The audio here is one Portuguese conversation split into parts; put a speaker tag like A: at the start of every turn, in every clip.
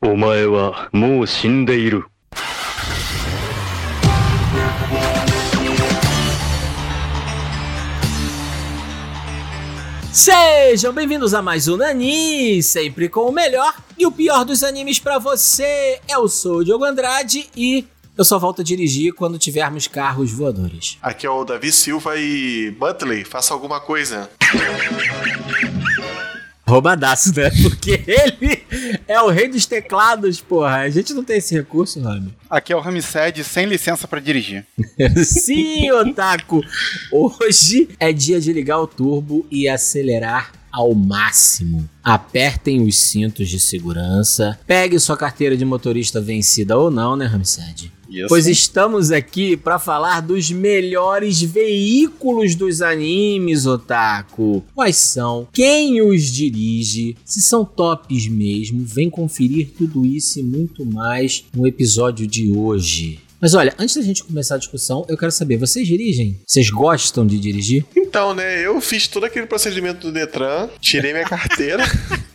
A: お前はもう死んでいる。
B: Sejam bem-vindos a mais um Nani, sempre com o melhor e o pior dos animes pra você. Eu sou o Diogo Andrade e eu só volto a dirigir quando tivermos carros voadores.
C: Aqui é o Davi Silva e Buttley, faça alguma coisa.
B: Roubadaço, né? Porque ele é o rei dos teclados, porra. A gente não tem esse recurso, Rami.
D: Aqui é o Ramsed sem licença pra dirigir.
B: Sim, Otaku! Hoje é dia de ligar o turbo e acelerar ao máximo. Apertem os cintos de segurança. Pegue sua carteira de motorista vencida ou não, né, Ramsed?
D: Isso.
B: Pois é. estamos aqui para falar dos melhores veículos dos animes, Otaku. Quais são? Quem os dirige? Se são tops mesmo, vem conferir tudo isso e muito mais no episódio de hoje. Mas olha, antes da gente começar a discussão, eu quero saber, vocês dirigem? Vocês gostam de dirigir?
C: Então, né, eu fiz todo aquele procedimento do Detran, tirei minha carteira.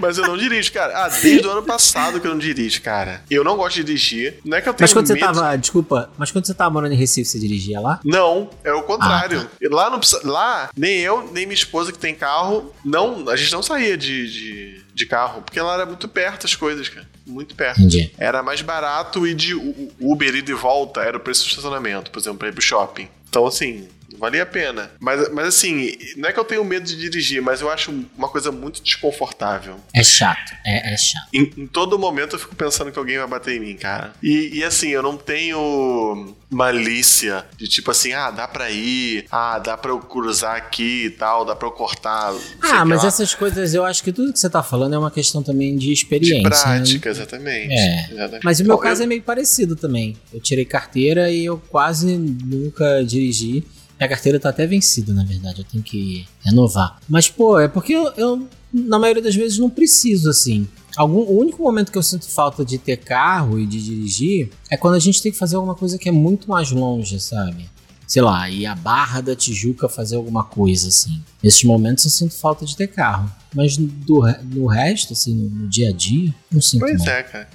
C: Mas eu não dirijo, cara. Ah, desde o ano passado que eu não dirijo, cara. Eu não gosto de dirigir. Não é que eu tenho
B: Mas quando você
C: medo.
B: tava, desculpa, mas quando você tava morando em Recife, você dirigia lá?
C: Não, é o contrário.
B: Ah, tá.
C: Lá não precisa- lá nem eu nem minha esposa que tem carro, não, a gente não saía de, de, de carro, porque lá era muito perto as coisas, cara, muito perto.
B: Entendi.
C: Era mais barato e de U- U- Uber ida e volta era o preço do estacionamento, por exemplo, pra ir pro shopping. Então assim, valia a pena. Mas, mas assim, não é que eu tenho medo de dirigir, mas eu acho uma coisa muito desconfortável.
B: É chato, é, é chato.
C: Em, em todo momento eu fico pensando que alguém vai bater em mim, cara. E, e, assim, eu não tenho malícia de tipo assim, ah, dá pra ir, ah, dá pra eu cruzar aqui e tal, dá pra eu cortar. não sei o
B: Ah,
C: que
B: mas
C: lá.
B: essas coisas, eu acho que tudo que você tá falando é uma questão também de experiência.
C: De prática,
B: né?
C: exatamente.
B: É.
C: Exatamente.
B: Mas o meu
C: Bom,
B: caso
C: eu-
B: é meio parecido também. Eu tirei carteira e eu quase nunca dirigi. Minha carteira tá até vencida, na verdade. Eu tenho que renovar. Mas, pô, é porque eu, eu, na maioria das vezes, não preciso, assim. Algum, o único momento que eu sinto falta de ter carro e de dirigir é quando a gente tem que fazer alguma coisa que é muito mais longe, sabe? Sei lá, ir a Barra da Tijuca fazer alguma coisa, assim. Nesses momentos eu sinto falta de ter carro. Mas do, re- no resto, assim, no, no dia a dia, não sinto
C: Pois
B: não.
C: é, cara.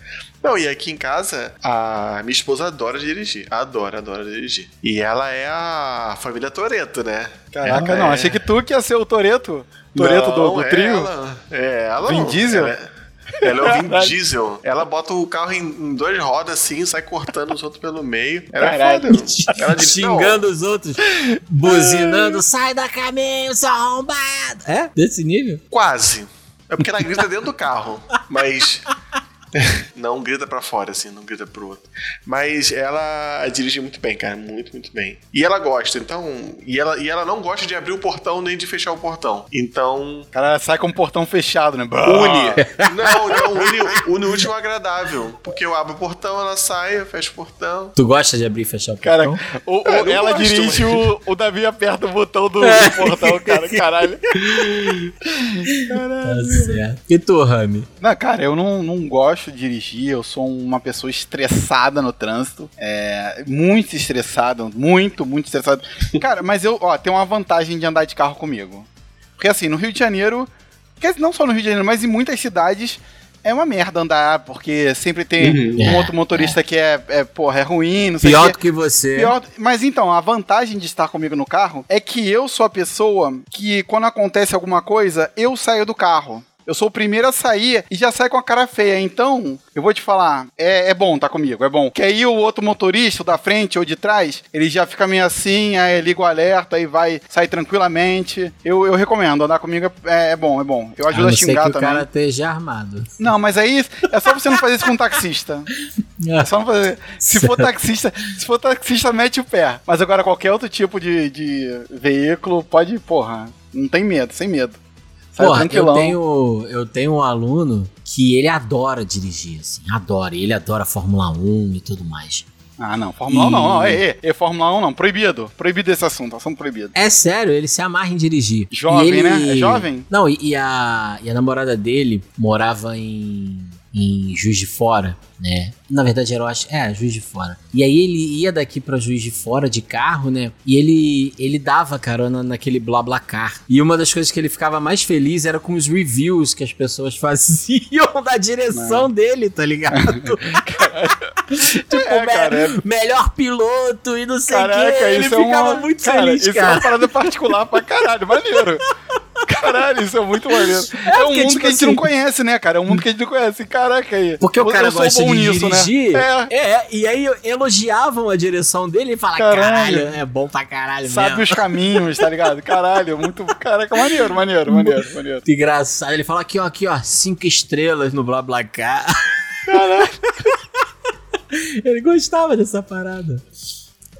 C: Não, e aqui em casa, a minha esposa adora dirigir. Adora, adora dirigir. E ela é a família Toreto, né?
D: Caraca, não,
C: é-
D: achei que tu que ia ser o Toreto. Toreto do,
C: Não,
D: do
C: é
D: trio.
C: Ela, é ela.
D: Vin Diesel?
C: Ela, é- ela é o Vin
D: Caralho.
C: Diesel. Ela bota o carro em, em dois rodas assim, sai cortando os outros pelo meio. Ela
D: Caralho.
C: é foda. Ela diz,
B: xingando os outros,
D: É.
B: buzinando, sai da caminho, seu arrombado. É? Desse nível?
C: "Não, quase. É porque ela grita dentro do carro, mas. Não grita pra fora, assim, não grita pro outro. Mas ela dirige muito bem, cara, muito, muito bem. E ela gosta, então. E ela, e ela não gosta de abrir o portão nem de fechar o portão. Então,
D: O cara sai com o portão fechado, né? Bah.
C: Une. Não, não, une, une o último agradável. Porque eu abro o portão, ela sai, eu fecho o portão.
B: Tu gosta de abrir e fechar o
D: Cara,
B: portão?
D: o- o-
C: É, eu
D: ela
C: gosto,
D: dirige, o, o Davi aperta o botão do,
B: É.
D: do portão, cara. Caralho.
B: Tá certo. E tu, Rami?
D: Não, cara, eu não, não gosto de dirigir, eu sou uma pessoa estressada no trânsito. É, muito estressada, muito, muito estressada. Cara, mas eu, ó, tem uma vantagem de andar de carro comigo. Porque assim, no Rio de Janeiro, quer dizer, não só no Rio de Janeiro, mas em muitas cidades é uma merda andar, porque sempre tem
C: Uhum.
D: um
B: É,
D: outro motorista que é, é, porra, é ruim, não sei o
B: Pior
D: quê.
B: do que você.
D: Pior- mas então, a vantagem de estar comigo no carro é que eu sou a pessoa que, quando acontece alguma coisa, eu saio do carro. Eu sou o primeiro a sair e já saio com a cara feia. Então, eu vou te falar, é, é bom tá comigo, é bom. Que aí o outro motorista, o da frente ou de trás, ele já fica meio assim, aí liga o alerta e vai sair tranquilamente. Eu, eu recomendo, andar comigo é, é bom, é bom. Eu
B: a
D: ajudo a,
B: não ser
D: xingar
B: que o
D: também.
B: cara esteja armado.
D: Não, mas aí é só você não fazer isso com um taxista.
B: Ah,
D: É só não fazer. Se for taxista, se for taxista, mete o pé. Mas agora qualquer outro tipo de, de veículo pode, porra, não tem medo, sem medo. Sai
B: Porra, eu
D: tranquilão.
B: tenho, eu tenho um aluno que ele adora dirigir, assim, adora. Ele adora Fórmula 1 e tudo mais.
D: Ah, não, Fórmula 1 não, não. É, é, é, Fórmula 1 não, proibido. Proibido esse assunto, assunto proibido.
B: É sério, ele se amarra em dirigir.
D: Jovem,
B: E ele-
D: né? É jovem?
B: Não, e, e a, e a namorada dele morava em, em Juiz de Fora, né? Na verdade era, eu acho, é, Juiz de Fora. E aí ele ia daqui pra Juiz de Fora de carro, né? E ele ele dava carona naquele BlaBlaCar. E uma das coisas que ele ficava mais feliz era com os reviews que as pessoas faziam da direção dele, tá ligado? tipo,
D: É, cara, é-
B: me- melhor piloto e não sei o quê.
D: Caraca,
B: Ele
D: isso é
B: ficava
D: uma...
B: muito
D: cara,
B: feliz,
D: isso é
B: cara.
D: uma parada particular pra caralho, maneiro. Caralho, isso é muito maneiro. É, um
B: porque,
D: mundo
B: tipo
D: que a gente não
B: assim-
D: conhece, né, cara? É um mundo que a gente não conhece. Caraca aí.
B: Porque o
D: Eu-
B: cara
D: eu sou
B: gosta
D: bom
B: de
D: nisso,
B: dirigir.
D: Né? É.
B: É. e aí elogiavam a direção dele e falavam,
D: Caralho.
B: caralho. é bom pra caralho
D: Sabe
B: mesmo.
D: os caminhos, tá ligado? Caralho, muito. Caraca, maneiro, maneiro, maneiro, maneiro.
B: Que engraçado. Ele fala aqui, ó, aqui, ó, cinco estrelas no BlaBlaCar. Ele gostava dessa parada.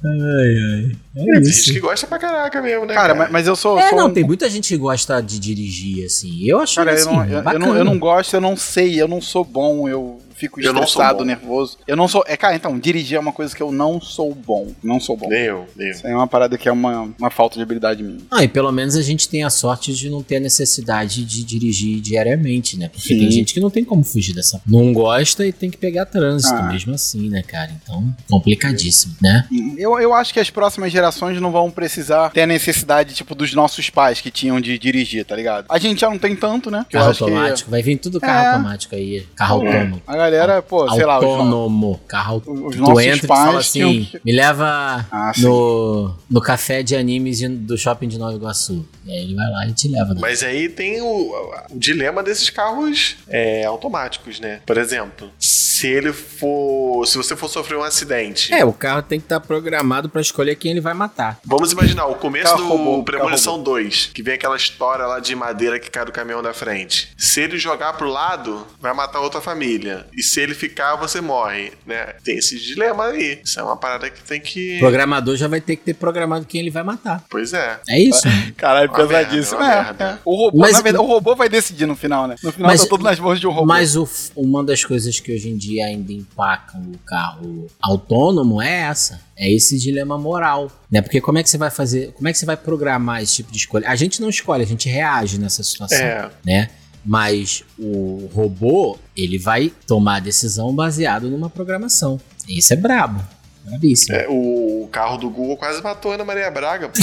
B: Ai, ai.
C: Tem
B: É
C: gente que gosta pra caraca mesmo, né?
D: Cara, mas, mas eu sou.
B: É,
D: sou
B: não,
D: um-
B: tem muita gente que gosta de dirigir, assim. Eu acho
D: Cara, eu
B: assim,
D: não, eu- eu,
B: bacana.
D: não, eu não gosto, eu não sei, eu não sou bom, eu fico
C: Eu não sou
D: estressado,
C: bom.
D: nervoso. Eu não sou. É, cara, então, dirigir é uma coisa que eu não sou bom. Não sou bom.
C: Nem eu, nem eu.
D: Isso aí é uma parada que é uma, uma falta de habilidade minha.
B: Ah, e pelo menos a gente tem a sorte de não ter a necessidade de dirigir diariamente, né? Porque
D: Sim.
B: tem gente que não tem como fugir dessa. Não gosta e tem que pegar trânsito
D: Ah.
B: mesmo assim, né, cara? Então, complicadíssimo, né?
D: Eu, eu acho que as próximas gerações não vão precisar ter a necessidade, tipo, dos nossos pais que tinham de dirigir, tá ligado? A gente já não tem tanto, né? Que eu
B: Carro
D: acho que-
B: Ah, automático. Vai vir tudo carro
D: É.
B: automático aí. Carro
D: É.
B: autônomo.
D: A galera, pô, sei lá, os no-
B: Autônomo. Carro
D: os,
B: autônomo. Tu
D: nossos
B: entra e
D: pais
B: fala assim,
D: tinham.
B: me leva
D: Ah, sim.
B: no, no café de animes de- do shopping de Nova Iguaçu. E aí ele vai lá e te leva. Né?
C: Mas aí tem o, o dilema desses carros é, automáticos, né? Por exemplo, se ele for. Se você for sofrer um acidente.
B: É, o carro tem que estar programado pra escolher quem ele vai matar.
C: Vamos imaginar o começo
D: Carro
C: do
D: robô,
C: Premonição 2, que vem aquela história lá de madeira que cai do caminhão da frente. Se ele jogar pro lado, vai matar outra família. E se ele ficar, você morre, né? Tem esse dilema aí. Isso é uma parada que tem que.
B: O programador já vai ter que ter programado quem ele vai matar.
C: Pois é.
B: É isso.
D: Caralho,
C: Uma merda,
D: pesadíssimo.
C: uma
D: É,
C: merda.
D: é. O robô,
B: Mas-
D: na verdade, o robô vai decidir no final, né? No final
B: Mas-
D: tá tudo nas mãos de um robô.
B: Mas o f- uma das coisas que hoje em dia ainda empacam o carro autônomo é essa. É esse dilema moral, né? Porque como é que você vai fazer, como é que você vai programar esse tipo de escolha? A gente não escolhe, a gente reage nessa situação,
C: É.
B: né? Mas o robô, ele vai tomar a decisão baseado numa programação. Isso é brabo. Brabíssimo.
C: é, o carro do Google quase matou a Ana Maria Braga. pô.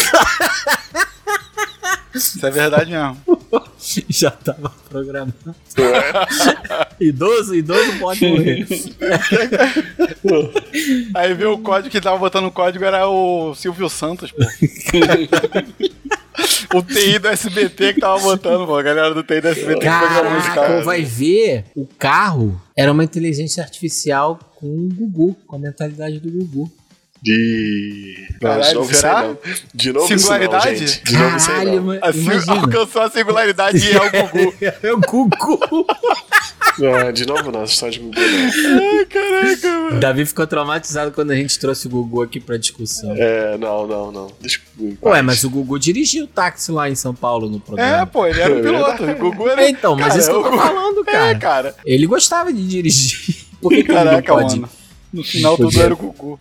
D: Isso é verdade mesmo.
B: Já tava programado. idoso, idoso pode morrer.
D: Aí veio o código que tava botando o código era o Silvio Santos, pô. o TI do SBT que tava botando, pô. A galera do TI do SBT que programou esse
B: Caraca,
D: cara.
B: vai ver, o carro era uma inteligência artificial com o Gugu, com a mentalidade do Gugu.
C: De.
D: Caralho,
C: de novo,
D: será?
C: sei não. De novo, isso não,
D: Singularidade?
C: gente. De novo, sei não.
B: mano,
D: A sil-
B: imagina.
D: Assim, alcançou a singularidade e é o Gugu.
B: É o Gugu.
C: Não, de novo não, só de Google né? não.
B: Davi ficou traumatizado quando a gente trouxe o Gugu aqui pra discussão.
C: É, não, não, não. Deixa o Google.
B: Ué, mas o Gugu dirigiu o táxi lá em São Paulo no
D: É,
B: programa.
D: pô, ele era
C: É
D: o piloto. O Gugu era.
B: É, então, mas
D: Cara,
B: isso que eu
D: o
B: tô
D: Gugu-
B: falando,
D: É,
B: cara.
D: cara.
B: Ele gostava de dirigir. Por que, que ele não
D: Caraca,
B: pode?
D: mano. No final tudo
B: Podia.
D: era o Gugu.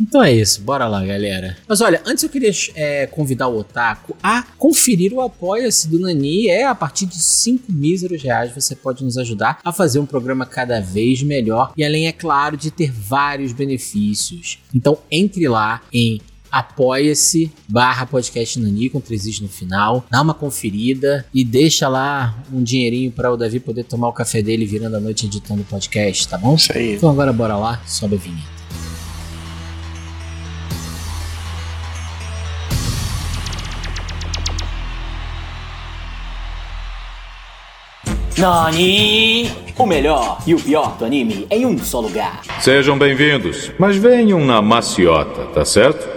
B: Então é isso, bora lá, galera. Mas olha, antes eu queria é, convidar o Otaku a conferir o Apoia-se do Nani. É, a partir de 5 míseros reais você pode nos ajudar a fazer um programa cada vez melhor e além, é claro, de ter vários benefícios. Então entre lá em apoia-se barra podcast Nani com três is no final, dá uma conferida e deixa lá um dinheirinho para o Davi poder tomar o café dele virando a noite editando o podcast, tá bom?
C: Isso aí.
B: Então agora bora lá, sobe a vinheta.
E: Nani! O melhor e o pior do anime em um só lugar.
F: Sejam bem-vindos, mas venham na maciota, tá certo?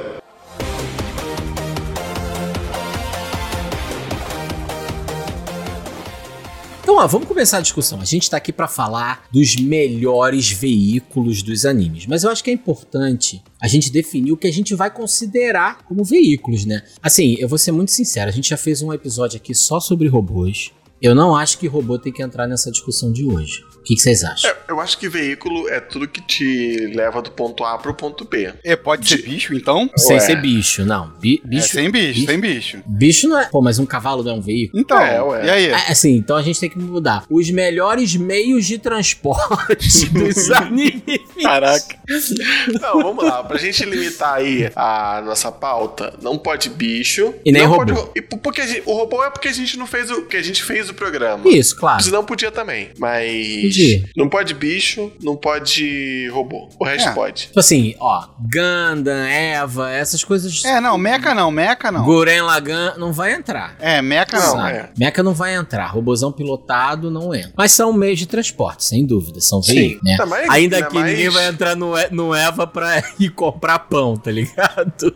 B: Então, ó, vamos começar a discussão. A gente tá aqui pra falar dos melhores veículos dos animes, mas eu acho que é importante a gente definir o que a gente vai considerar como veículos, né? Assim, eu vou ser muito sincero, a gente já fez um episódio aqui só sobre robôs. Eu não acho que robô tem que entrar nessa discussão de hoje. que, que vocês acham?
C: É, eu acho que veículo é tudo que te leva do ponto A pro ponto B.
D: É, pode ser bicho, então?
B: Sem
C: ué.
B: ser é bicho, não. Bi-
D: É,
B: bicho,
D: sem bicho,
B: bicho-
D: sem bicho.
B: bicho não é. Pô, mas um cavalo não é um veículo?
D: Então,
C: É, ué.
D: e aí?
B: É, assim, então a gente tem que mudar. Os melhores meios de transporte dos animes.
D: Caraca.
C: Não, vamos lá. Pra gente limitar aí a nossa pauta, não pode bicho.
B: E nem
C: não
B: robô.
C: Pode, e por- porque a gente- o robô é porque a gente não fez o. Porque a gente fez o programa.
B: Isso, claro.
C: Senão podia também. Mas.
B: Podia.
C: Não pode bicho, não pode robô. O resto
D: É.
C: pode.
B: Tipo assim, ó, Gundam, Eva, essas coisas.
D: É, não, meca não, meca não.
B: Guren Lagan não vai entrar.
D: É, meca não.
C: Não,
B: sabe?
C: é.
B: Mecha não vai entrar, robozão pilotado não entra. Mas são meios de transporte, sem dúvida, são
C: Sim.
B: veículos, né?
C: Ainda mais-
B: Ainda
C: ainda
B: que ninguém
C: mais-
B: vai entrar no, E- no Eva pra ir comprar pão, tá ligado?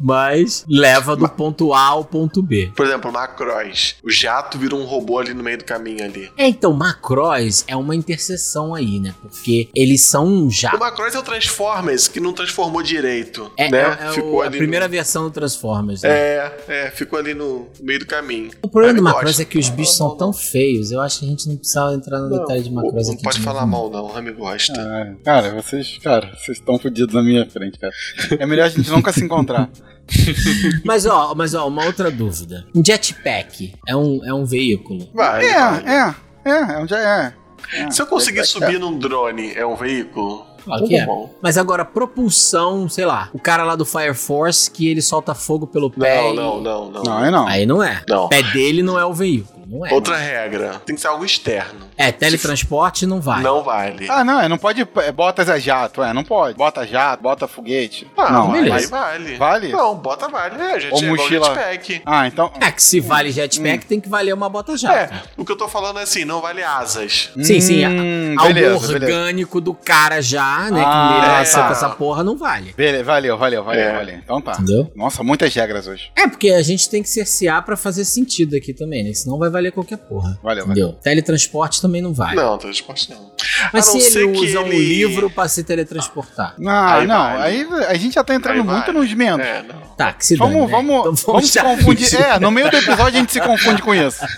B: Mas leva do ponto A ao ponto B.
C: Por exemplo, Macross. O jato virou um robô ali no meio do caminho ali.
B: É, então, Macross é uma interseção aí, né? Porque eles são um
C: O
B: jato.
C: Macross é o Transformers, que não transformou direito.
B: É,
C: né?
B: é- é o- a
C: no-
B: primeira versão do Transformers, né?
C: É, é, ficou ali no meio do caminho.
B: O problema do
C: Aí
B: Macross
C: gosta.
B: é que os bichos são tão feios. Eu acho que a gente não precisava entrar no detalhe de
C: Não,
B: Macross é
C: não
B: aqui.
C: pode
B: de
C: falar
B: novo.
C: mal, não. O Rami gosta.
D: Ah, Cara, vocês, cara, vocês estão fodidos na minha frente, cara. É melhor a gente nunca se encontrar.
B: Mas ó, mas ó, uma outra dúvida. Um jetpack é um, é um veículo.
C: Vai,
D: É,
C: vai.
D: é, é, é onde é.
C: Se eu conseguir subir num drone, é um veículo?
B: Claro que é.
C: bom.
B: Mas agora, propulsão, sei lá, o cara lá do Fire Force que ele solta fogo pelo pé.
C: Não,
B: e-
C: não, não, não.
D: Não, é não.
B: Aí não é.
C: Não.
B: O pé dele não é o veículo, não é.
C: Outra regra. Tem que ser algo externo.
B: É, teletransporte não vai.
C: Não vale.
D: Ah, não, é, não pode. É, botas a jato, é, não pode. Bota jato, bota foguete.
C: Ah,
D: não,
B: beleza.
C: Aí vale.
D: Vale?
C: Não, bota vale. É, já
D: Ou
C: tinha igual
D: mochila.
C: jetpack.
D: Ah, então.
B: É que se vale jetpack, tem que valer uma bota jato.
C: Hum. É, o que eu tô falando é assim, não vale asas.
B: Sim, sim. a-
D: Hum,
B: Algo
D: beleza, beleza.
B: orgânico do cara já, né?
D: Ah,
B: que ele
C: é.
B: nasceu com essa porra, não vale.
D: Beleza, valeu, valeu, valeu,
C: É.
D: valeu. Então tá.
B: Entendeu?
D: Nossa, muitas regras hoje.
B: É, porque a gente tem que cercear pra fazer sentido aqui também, né? Senão vai valer qualquer porra.
D: Valeu,
B: entendeu? Teletransporte também não vale.
C: Não, transporte não.
B: Mas
C: A não
B: se
C: ser
B: ele
C: que
B: usa um
C: ele-
B: livro pra se teletransportar.
D: Ah,
C: Aí
D: não,
C: vale.
D: aí a gente já tá entrando
C: Aí
D: muito
C: vale.
D: nos mentos.
C: É, não.
B: Tá, que se dane,
D: Vamos,
B: né?
D: vamos,
B: Então
D: vamos, se confundir. É, no meio do episódio a gente se confunde com isso.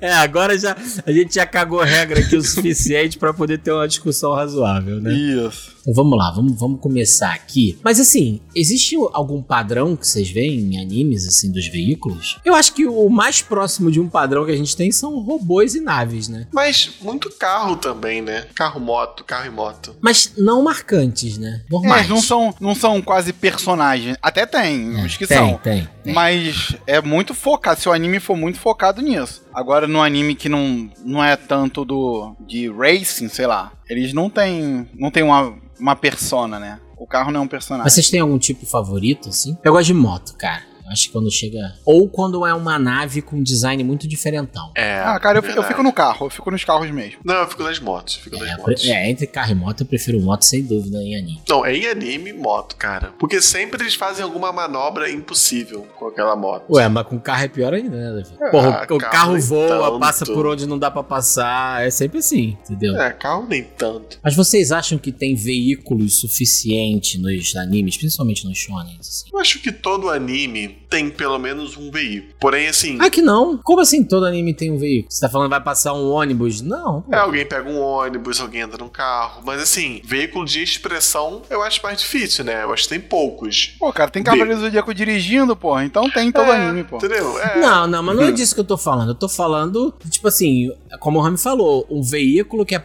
B: É, agora já a gente já cagou regra aqui o suficiente pra poder ter uma discussão razoável, né?
D: Isso.
B: Então vamos lá, vamos, vamos começar aqui. Mas assim, existe algum padrão que vocês veem em animes, assim, dos veículos? Eu acho que o mais próximo de um padrão que a gente tem são robôs e naves, né?
C: Mas muito carro também, né? Carro, moto, carro e moto.
B: Mas não marcantes, né? Normais.
D: Mas não são, não são quase personagens. Até tem,
B: É,
D: uns que
B: tem,
D: são.
B: Tem, tem.
D: Mas é muito focado, se o anime for muito focado nisso. Agora, no anime que não, não é tanto do de racing, sei lá, eles não têm não tem uma, uma persona, né? O carro não é um personagem.
B: Mas vocês têm algum tipo favorito, assim? Eu gosto de moto, cara. Eu acho que quando chega. Ou quando é uma nave com um design muito diferentão.
C: É.
D: ah, cara, eu, fi- eu
C: verdade.
D: fico no carro, eu fico nos carros mesmo.
C: Não, eu fico nas motos. Fico nas
B: É,
C: motos.
B: pre- é, entre carro e moto, eu prefiro moto sem dúvida em anime.
C: Não, é em anime moto, cara. Porque sempre eles fazem alguma manobra impossível com aquela moto.
B: Ué, mas com carro é pior ainda, né, Davi? Porra, o
C: carro
B: carro
C: nem
B: voa,
C: tanto.
B: passa por onde não dá pra passar. É sempre assim, entendeu?
C: É, carro nem tanto.
B: Mas vocês acham que tem veículos suficiente nos animes, principalmente nos shonen? Assim?
C: Eu acho que todo anime tem pelo menos um veículo. Porém, assim,
B: Ah, que não? Como assim todo anime tem um veículo? Você tá falando vai passar um ônibus? Não.
C: é, alguém pega um ônibus, alguém entra num carro. Mas assim, veículo de expressão eu acho mais difícil, né? Eu acho que tem poucos.
D: Pô, cara, tem
C: Be-
D: Cavaleiro do Zodíaco dirigindo, porra, então tem em todo
C: É,
D: anime, pô.
C: Entendeu? É.
B: Não, não, mas não é disso que eu tô falando. Eu tô falando, tipo assim, como o Rami falou, um veículo que é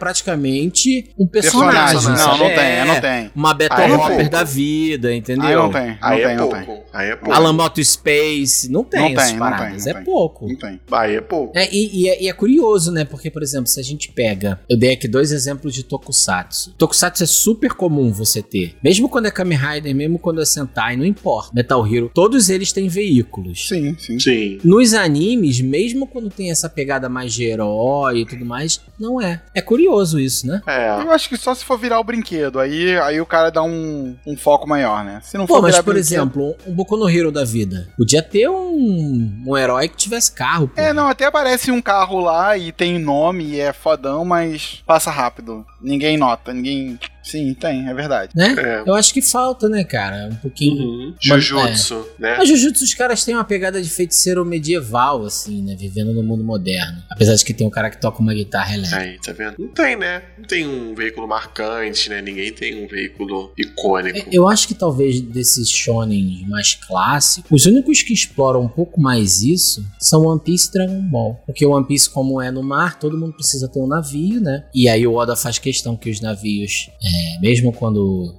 B: praticamente um personagem.
C: Personagem,
B: sabe?
D: Não, não tem,
B: É,
D: não tem.
B: Uma Beto
C: Aí é
B: Hopper
C: pouco.
B: da vida, entendeu?
D: Aí não tem, não
C: Aí
D: tem,
C: é
D: não tem.
C: pouco. Aí é pouco.
B: A Lamboto Space, não tem
D: Não
B: essas
D: tem, não
B: paradas,
D: tem, não
B: é
D: tem.
B: pouco.
D: Não tem.
C: Aí é pouco.
B: É, e, e é, e é curioso, né? Porque, por exemplo, se a gente pega. Eu dei aqui dois exemplos de Tokusatsu. Tokusatsu é super comum você ter. Mesmo quando é Kamen Rider, mesmo quando é Sentai, não importa. Metal Hero, todos eles têm veículos.
D: Sim, sim.
C: Sim.
B: Nos animes, mesmo quando tem essa pegada mais de herói e tudo mais, não é. É curioso isso, né?
C: É.
D: Eu acho que só se for virar o brinquedo, aí, aí o cara dá um, um foco maior, né? Se não for
B: Pô, mas
D: virar
B: por
D: brinquedo-
B: exemplo, um Boku no Hero da vida. Podia ter um, um herói que tivesse carro, pô.
D: É, não, até aparece um carro lá e tem nome e é fodão, mas passa rápido. Ninguém nota, ninguém Sim, tem, é verdade.
B: né?
C: É.
B: Eu acho que falta, né, cara? Um
D: Uhum.
B: pouquinho.
C: Jujutsu, né?
B: A Jujutsu, os caras têm uma pegada de feiticeiro medieval, assim, né? Vivendo no mundo moderno. Apesar de que tem um cara que toca uma guitarra elétrica.
C: Aí, tá vendo? Não tem, né? Não tem um veículo marcante, né? Ninguém tem um veículo icônico.
B: É, Eu acho que talvez desses shonen mais clássicos, os únicos que exploram um pouco mais isso são One Piece e Dragon Ball. Porque One Piece, como é no mar, todo mundo precisa ter um navio, né? E aí o Oda faz questão que os navios, é, mesmo quando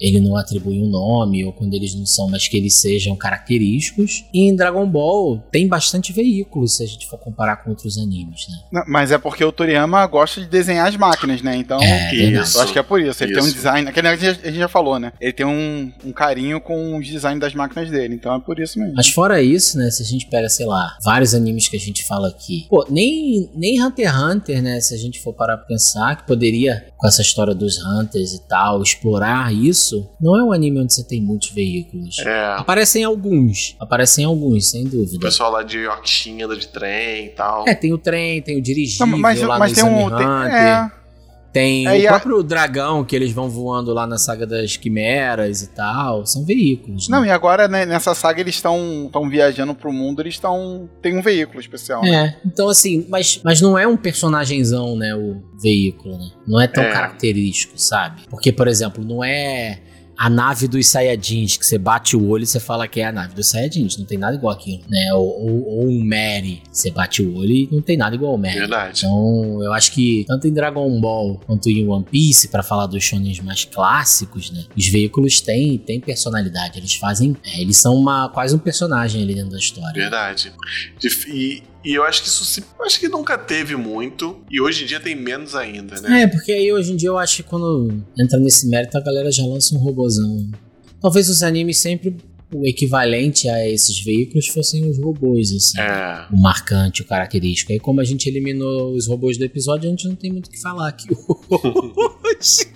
B: ele não atribui um nome ou quando eles não são, mas que eles sejam característicos. E em Dragon Ball tem bastante veículos, se a gente for comparar com outros animes, né?
D: Não, Mas é porque o Toriyama gosta de desenhar as máquinas, né? Então.
B: É, verdade.
D: Eu acho que é por isso. Ele tem um
C: Isso.
D: design. Aquele negócio que a gente- a gente já falou, né? Ele tem um, um carinho com os designs das máquinas dele. Então é por isso mesmo.
B: Mas fora isso, né, se a gente pega, sei lá, vários animes que a gente fala aqui, pô, nem, nem Hunter x Hunter, né, se a gente for parar pra pensar, que poderia, com essa história dos Hunters e tal, explorar isso, não é um anime onde você tem muitos veículos.
C: É.
B: Aparecem alguns, aparecem alguns, sem
C: O
B: dúvida.
C: pessoal lá de Yorkshire anda de trem e tal.
B: É, tem o trem, tem o dirigível
D: Não, mas
B: lá
D: mas
B: no
D: tem
B: Exame
D: um. Tem,
B: Hunter,
D: é,
B: tem
D: É,
B: o
D: e a-
B: próprio dragão que eles vão voando lá na saga das quimeras e tal, são veículos. né?
D: não, e agora, né, nessa saga, eles estão tão viajando pro mundo, eles estão. Tem um veículo especial. né?
B: É, então assim, mas, mas não é um personagemzão, né, o veículo, né? Não é tão
C: É.
B: característico, sabe? Porque, por exemplo, não é a nave dos Saiyajins, que você bate o olho e você fala que é a nave dos Saiyajins, não tem nada igual aquilo, né? Ou, ou, ou um Mary, você bate o olho e não tem nada igual o Mary.
C: Verdade.
B: Então, eu acho que tanto em Dragon Ball quanto em One Piece, pra falar dos shonens mais clássicos, né? Os veículos têm, têm personalidade, eles fazem, é, eles são uma, quase um personagem ali dentro da história.
C: Verdade. Dif- E, e eu acho que isso se- eu acho que nunca teve muito. E hoje em dia tem menos ainda, né?
B: É, porque aí hoje em dia eu acho que quando entra nesse mérito a galera já lança um robozão. Talvez os animes sempre o equivalente a esses veículos fossem os robôs, assim.
C: É.
B: O marcante, o característico. Aí como a gente eliminou os robôs do episódio, a gente não tem muito o que falar aqui hoje.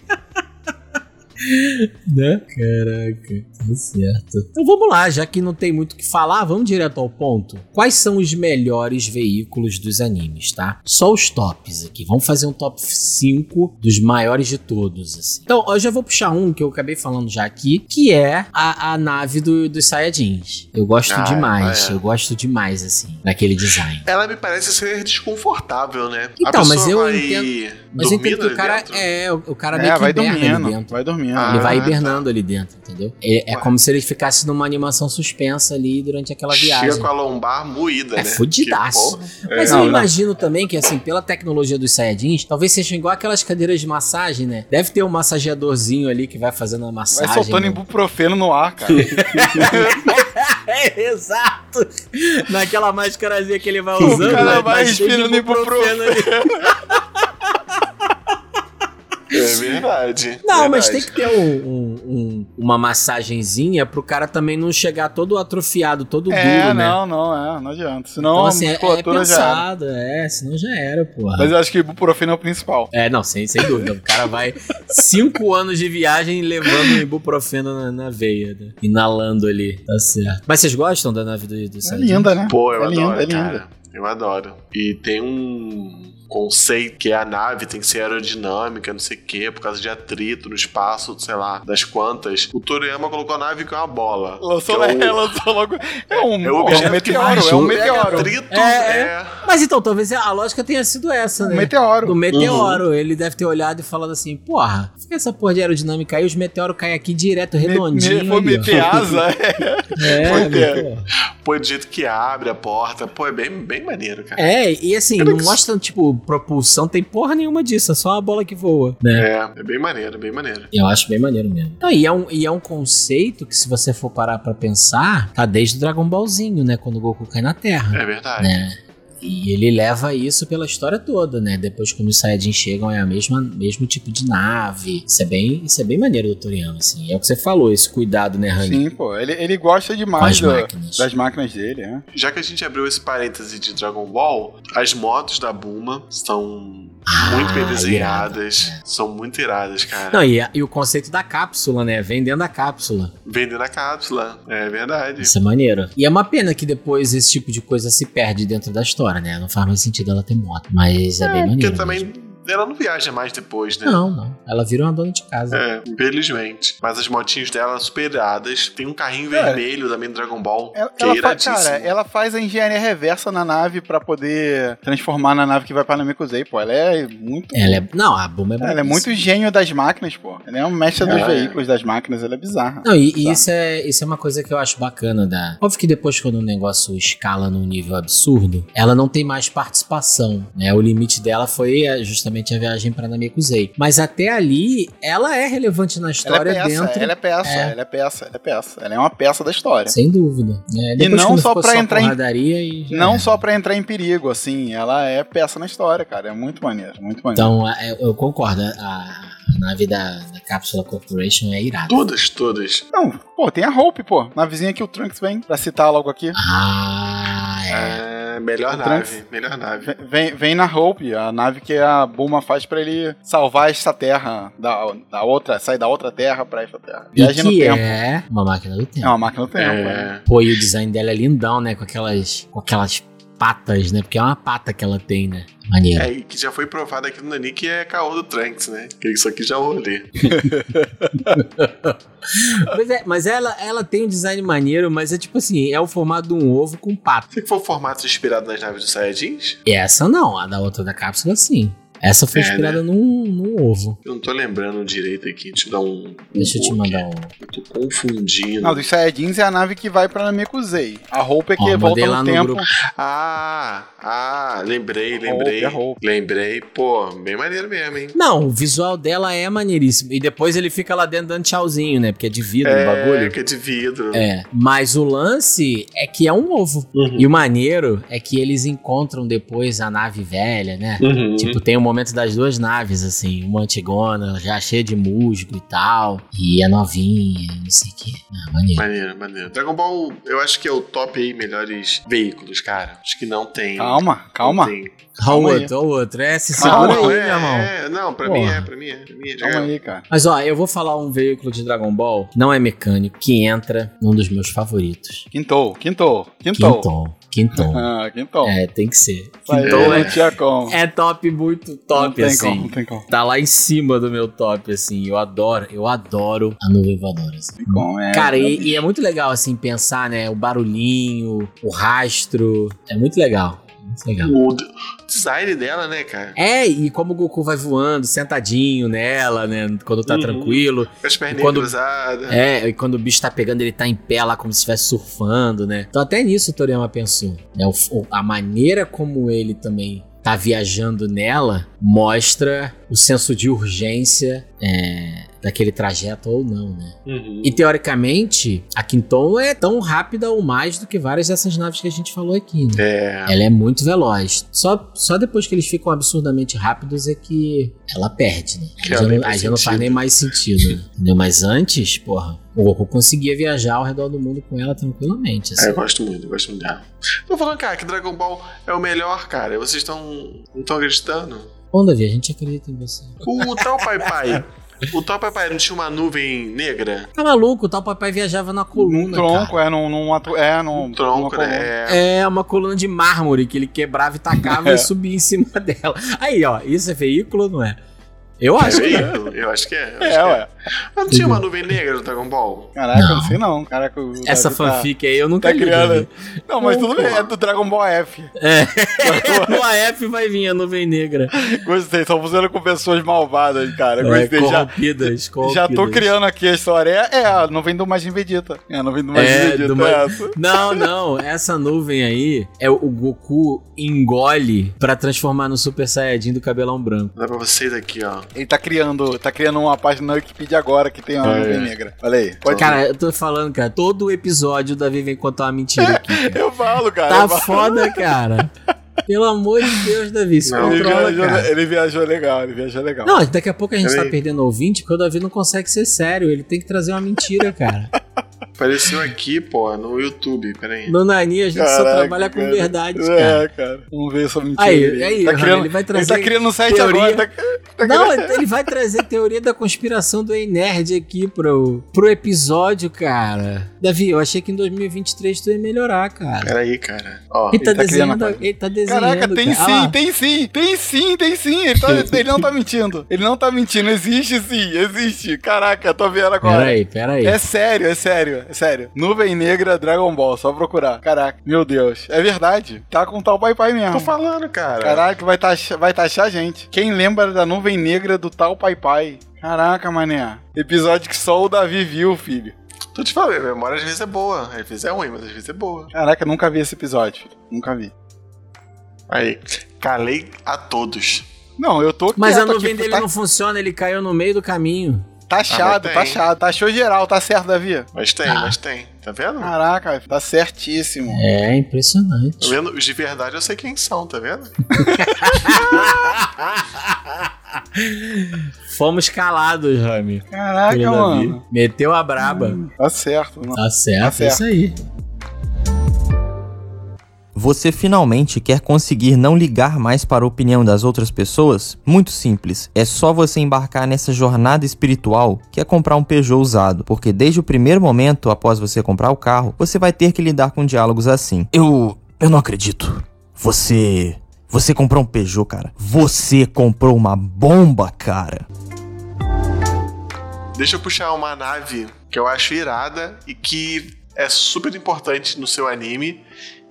B: né? Caraca, tá certo. Então vamos lá, já que não tem muito o que falar, vamos direto ao ponto. Quais são os melhores veículos dos animes, tá? Só os tops aqui. Vamos fazer um top 5 dos maiores de todos, assim. Então, eu já vou puxar um que eu acabei falando já aqui, que é a, a nave do, dos Saiyajins. Eu gosto
C: Ah,
B: demais,
C: é.
B: eu gosto demais, assim, daquele design.
C: Ela me parece ser desconfortável, né? A
B: Então, mas eu
C: pessoa vai
B: entendo- Mas eu
C: dormindo
B: entendo que
C: ali
B: o cara
C: dentro?
B: é, o o cara
D: É,
B: meio que
D: vai
B: hiberna ali
D: dormindo.
B: dentro.
D: Vai dormindo.
C: Ah,
B: Ele vai
C: tá.
B: hibernando ali dentro, entendeu? É, é
C: Ué.
B: como se ele ficasse numa animação suspensa ali durante aquela viagem.
C: Chega com a lombar moída,
B: É
C: né?
B: fudidaço.
C: Que porra.
B: Mas
D: É, não,
B: eu
D: não.
B: imagino também que, assim, pela tecnologia dos Saiyajins, talvez seja igual aquelas cadeiras de massagem, né? Deve ter um massageadorzinho ali que vai fazendo a
D: Vai
B: massagem.
D: soltando
B: né?
D: ibuprofeno no ar, cara.
B: É, exato! Naquela máscarazinha que ele vai
D: O
B: usando.
D: cara
B: né?
D: vai
B: cheio de
D: respirando ibuprofeno
B: ali.
C: É verdade.
B: Não, mas
C: verdade.
B: tem que ter um- um- um- uma massagenzinha pro cara também não chegar todo atrofiado, todo
D: é,
B: duro, né?
D: não, não, é, não adianta. Senão
B: Então, assim,
D: a
B: é, é
D: musculatura já. era.
B: pensado, é, senão já era, porra.
D: Mas eu acho que ibuprofeno é o principal.
B: É, não, sem, sem dúvida. O cara vai cinco anos de viagem levando ibuprofeno na, na veia, né? Inalando ali. Tá certo. Mas vocês gostam da nave do, do
D: É
B: Saiyajin?
D: linda, né?
C: Pô, eu
D: é linda,
C: adoro,
D: é linda.
C: cara. Eu adoro. E tem um conceito que a nave tem que ser aerodinâmica, não sei o quê, por causa de atrito no espaço, sei lá, das quantas. O Toriyama colocou a nave com uma bola.
D: Lançou,
C: Que é o-
D: né? lançou logo. É um,
C: É
D: é
C: o objeto
D: um
C: que
D: meteoro, é um
C: pega
D: meteoro.
C: Atrito,
B: É,
C: é,
B: Mas então, talvez a lógica tenha sido essa,
D: Um
B: né?
D: meteoro. Uhum.
B: Do meteoro, ele deve ter olhado e falado assim: porra, fica essa porra de aerodinâmica aí, os meteoros caem aqui direto, redondinho. ali,
D: Foi
B: ó."
D: meteasa.
B: É,
C: Foi ter-
B: meu, porra.
C: Pô, do jeito que abre a porta. Pô, é bem, bem maneiro, cara.
B: É, e assim, não mostra, tipo, propulsão, tem porra nenhuma disso, é só uma bola que voa, né?
C: É, é bem maneiro, bem maneiro.
B: Eu acho bem maneiro mesmo. Não, e, é um, e é um conceito que, se você for parar pra pensar, tá desde o Dragon Ballzinho, né? Quando o Goku cai na Terra.
C: É verdade.
B: Né? E ele leva isso pela história toda, né? Depois quando os Saiyajins chegam, é a mesma mesmo tipo de nave. Isso é bem, isso é bem maneiro do Toriyama, assim. É o que você falou, esse cuidado, né, Rani?
D: Sim, pô. Ele, ele gosta
B: Com as
D: demais da-
B: máquinas.
D: das máquinas dele, é.
C: Já que a gente abriu esse parêntese de Dragon Ball, as motos da Buma são muito bem
B: Ah,
C: desenhadas.
B: irado.
C: São muito iradas, cara.
B: Não, e, a- e o conceito da cápsula, né? Vem dentro da cápsula.
C: Vendendo a cápsula. É verdade.
B: Isso é maneiro. E é uma pena que depois esse tipo de coisa se perde dentro da história, né? Não faz mais sentido ela ter moto, mas é, bem
C: Porque
B: maneiro.
C: também Ela não viaja mais depois, né?
B: Não, não. Ela vira uma dona de casa.
C: É, infelizmente. Mas as motinhas dela superadas. Tem um carrinho
D: É.
C: vermelho da minha Dragon Ball.
D: Ela,
C: que é
D: ela faz,
C: iradíssimo.
D: cara, ela faz a engenharia reversa na nave pra poder transformar na nave que vai pra Namekusei, pô. Ela é muito.
B: Ela é. Não, a Buma é
D: Ela é muito gênio das máquinas, pô. Ela é um mestre dos
C: É.
D: veículos das máquinas, ela é bizarra.
B: Não, e, e
D: Bizarra.
B: isso, é, isso é uma coisa que eu acho bacana da. Óbvio que depois, quando o negócio escala num nível absurdo, ela não tem mais participação. Né? O limite dela foi é, justamente a viagem pra Namekusei. Mas até ali, ela é relevante na
D: Ela é
B: história
D: peça,
B: dentro.
D: ela é peça,
B: É.
D: ela é peça, ela é peça. Ela é uma peça da história.
B: Sem dúvida. né? Depois,
D: não
B: quando
D: só
B: ficou
D: pra entrar em-
B: porradaria e já
D: Não
B: era.
D: só pra entrar em perigo, assim, ela é peça na história, cara. É muito maneiro, muito maneiro.
B: Então, é, eu concordo. A, a nave da, da Capsula Corporation é irada.
C: Todas, todas.
B: Então-
D: Não, pô, tem a Hope, pô. Na vizinha que o Trunks vem, pra citar logo aqui.
B: Ah, é.
C: É, melhor
D: O
C: nave,
D: Trunks-
C: melhor nave.
D: Vem- Vem, vem na Hope, a nave que a Bulma faz pra ele salvar esta terra da, da outra, sair da outra terra pra esta terra.
B: E
D: Viagem no
B: que
D: tempo.
B: é uma máquina do tempo.
D: É uma máquina do tempo. né?
C: É,
B: Pô, e o design dela é lindão, né? Com aquelas, com aquelas patas, né? Porque é uma pata que ela tem, né? Maneiro.
C: é, e que já foi provado aqui no Nani que é caô do Trunks, né? Que isso aqui já é um rolê.
B: Pois é, mas ela, ela tem um design maneiro, mas é tipo assim, é o formato de um ovo com pata.
C: Se for um formato inspirado nas naves dos Saiyajins,
B: E essa não, a da outra da cápsula sim. Essa foi
C: É,
B: inspirada num, num ovo.
C: eu não tô lembrando direito aqui. Deixa eu dar um.
B: Deixa eu te
C: um-
B: mandar um.
C: Eu tô confundindo.
D: Não, dos Saiyajins é a nave que vai pra Namekusei. A Hope é que
B: Ó,
D: volta
B: mandei lá
D: no
B: no
D: tempo.
B: grupo.
C: Ah, ah, lembrei, lembrei.
D: é roupa.
C: Lembrei. Pô, bem maneiro mesmo, hein?
B: Não, o visual dela é maneiríssimo. E depois ele fica lá dentro dando tchauzinho, né? Porque é de vidro o bagulho.
C: que é de vidro.
B: É, mas o lance é que é um ovo.
C: Uhum.
B: E o maneiro é que eles encontram depois a nave velha, né?
C: Uhum.
B: Tipo, tem o momento das duas naves, assim, uma antigona, já cheia de musgo e tal, e a novinha, não sei o que. Ah, maneiro.
C: Maneiro, maneiro. Dragon Ball, eu acho que é o top aí, melhores veículos, cara. Acho que não tem.
D: Calma, calma.
C: Não tem.
B: Olha o
D: calma aí.
B: outro, olha o outro. É, se segura
D: Calma
B: aí,
C: não,
B: meu
C: é,
B: irmão.
C: é, não, pra
B: Porra.
C: mim é, pra mim é. Pra mim é.
D: Calma aí, cara.
B: Mas ó, eu vou falar um veículo de Dragon Ball, não é mecânico, que entra num dos meus favoritos.
D: Quintou, quintou, quintou.
B: Quinton. Quinton.
D: Ah, quintou.
B: É, tem que ser.
D: Isso aí
B: Quinton
D: não tinha como.
B: é, é top, muito
D: Não
B: top,
D: tem
B: assim.
D: como, não tem como.
B: Tá lá em cima do meu top, assim. Eu adoro, eu adoro a nuvem voadora. assim.
D: Tem como, é.
B: Cara, e, e é muito legal, assim, pensar, né? O barulhinho, o rastro. É muito legal. Muito legal.
C: O d- design dela, né, cara?
B: É, e como o Goku vai voando, sentadinho nela, né? Quando tá
C: Uhum.
B: tranquilo.
C: Com as perninhas
B: Quando-
C: cruzadas.
B: É, e quando o bicho tá pegando, ele tá em pé lá, como se estivesse surfando, né? Então, até nisso o Toriyama pensou. Né? O f- o- a maneira como ele também tá viajando nela mostra o senso de urgência é, daquele trajeto ou não, né?
C: Uhum.
B: E teoricamente, a Quinton é tão rápida ou mais do que várias dessas naves que a gente falou aqui, né?
C: É.
B: Ela é muito veloz. Só, só depois que eles ficam absurdamente rápidos é que ela perde, né? Aí
C: Que
B: já
C: ela nem
B: não,
C: faz
B: aí já não faz
C: sentido.
B: nem mais sentido, né? entendeu? Mas antes, porra, o Goku conseguia viajar ao redor do mundo com ela tranquilamente.
C: É,
B: assim.
C: eu gosto muito, eu gosto muito dela. Tô falando, cara, que Dragon Ball é o melhor, cara. Vocês estão. não estão acreditando?
B: Bom, Davi, a gente acredita em você.
C: O tal Pai Pai. O tal Pai Pai não tinha uma nuvem negra?
B: Tá maluco? O tal papai viajava na
D: Num
B: coluna,
D: tronco,
B: cara.
D: é num, num atu- é, num,
C: Um tronco,
D: numa coluna.
C: né? É.
B: É uma coluna de mármore que ele quebrava e tacava
D: É.
B: e subia em cima dela. Aí, ó, isso é veículo ou não é? Eu acho que é.
C: veículo? Eu acho que é. eu acho
D: É,
C: que é.
D: ué.
C: Mas não tinha uma nuvem negra no Dragon Ball?
D: Caraca,
B: Não.
D: não sei não. Caraca, o
B: Essa
D: Davi tá-
B: fanfic aí eu nunca
D: Tá
B: li.
D: criando.
B: Davi.
D: Não, mas
B: Não,
D: tudo bem,
B: porra.
D: é do Dragon Ball F.
B: É. no AF vai vir a nuvem negra.
D: Gostei, só fazendo com pessoas malvadas, cara.
B: É,
D: Gostei, já,
B: corrompidas, corrompidas.
D: já tô criando aqui a história. É, é a nuvem do Majin Vegeta. É a nuvem do Majin
B: É,
D: Vegeta.
B: do Ma-
D: é essa.
B: Não, não, essa nuvem aí é o o Goku engole pra transformar no Super Saiyajin do cabelão branco.
C: Dá pra vocês aqui, ó.
D: Ele tá criando, tá criando uma página na Wikipedia agora que tem uma
C: É.
D: nuvem negra. Olha aí. Pode
B: Cara, eu tô falando, cara, todo episódio o Davi vem contar uma mentira aqui. cara.
D: Eu falo, cara.
B: Tá
D: eu falo.
B: foda, cara. Pelo amor de Deus, Davi, se
C: Não,
D: Ele
B: controla,
D: viajou,
B: cara.
D: ele viajou legal, ele viajou legal.
B: Não, daqui a pouco a gente tá
C: Peraí.
B: perdendo ouvinte porque o Davi não consegue ser sério. Ele tem que trazer uma mentira, cara.
C: Apareceu aqui, pô, no YouTube, peraí.
B: No Nani, a gente só
D: Caraca,
B: trabalha com
D: cara.
B: verdades, cara.
D: É, cara. Vamos ver essa mentira.
B: Aí,
D: dele.
B: aí,
D: tá
B: Rami,
D: criando,
B: ele vai trazer
D: tá criando um site
B: teoria.
D: agora. Tá, tá
B: Não,
D: criando-
B: ele vai trazer teoria da conspiração do Ei Nerd aqui pro, pro episódio, cara. Davi, eu achei que em 2023 tu ia melhorar, cara.
C: Peraí, cara. Ó,
B: Ele tá,
D: É, tá criando
B: desenhando,
D: a
B: ele tá desenhando.
D: Caraca, tem
B: cara.
D: sim,
B: Ah lá.
D: tem sim, tem sim, tem sim. Ele, tá- ele não tá mentindo. Ele não tá mentindo. Existe sim, existe. Caraca, tô vendo agora.
B: Peraí, peraí.
D: É sério, é sério, é sério. Nuvem Negra Dragon Ball, só procurar. Caraca, meu Deus. É verdade. Tá com tal Pai Pai mesmo.
C: tô falando, cara.
D: Caraca, vai taxar, vai taxar a gente. Quem lembra da nuvem negra do tal Pai Pai? Caraca, mané. Episódio que só o Davi viu, filho.
C: Tô te falando, a memória às vezes é boa, às vezes é ruim, mas às vezes é boa.
D: Caraca, nunca vi esse episódio, filho. Nunca vi.
C: Aí, calei a todos.
D: Não, eu tô
B: Mas a
D: quieto
B: nuvem
D: aqui,
B: dele
D: tá,
B: não funciona, ele caiu no meio do caminho.
D: Taxado,
C: Ah, mas tem.
D: taxado. Taxou geral, tá certo, Davi?
C: Mas tem,
B: Ah.
C: mas tem. Tá vendo?
D: Caraca, tá certíssimo.
B: É, impressionante.
C: Tá vendo? Os de verdade eu sei quem são, tá vendo?
B: Fomos calados, Rami.
D: Caraca,
B: Filho da
D: mano.
B: Vi. Meteu a braba.
D: Tá certo, mano.
B: Tá
D: Tá
B: certo,
D: certo.
B: é isso aí.
G: Você finalmente quer conseguir não ligar mais para a opinião das outras pessoas? Muito simples, é só você embarcar nessa jornada espiritual que é comprar um Peugeot usado, porque desde o primeiro momento após você comprar o carro, você vai ter que lidar com diálogos assim. Eu. Eu não acredito. Você. Você comprou um Peugeot, cara. Você comprou uma bomba, cara.
C: Deixa eu puxar uma nave que eu acho irada e que é super importante no seu anime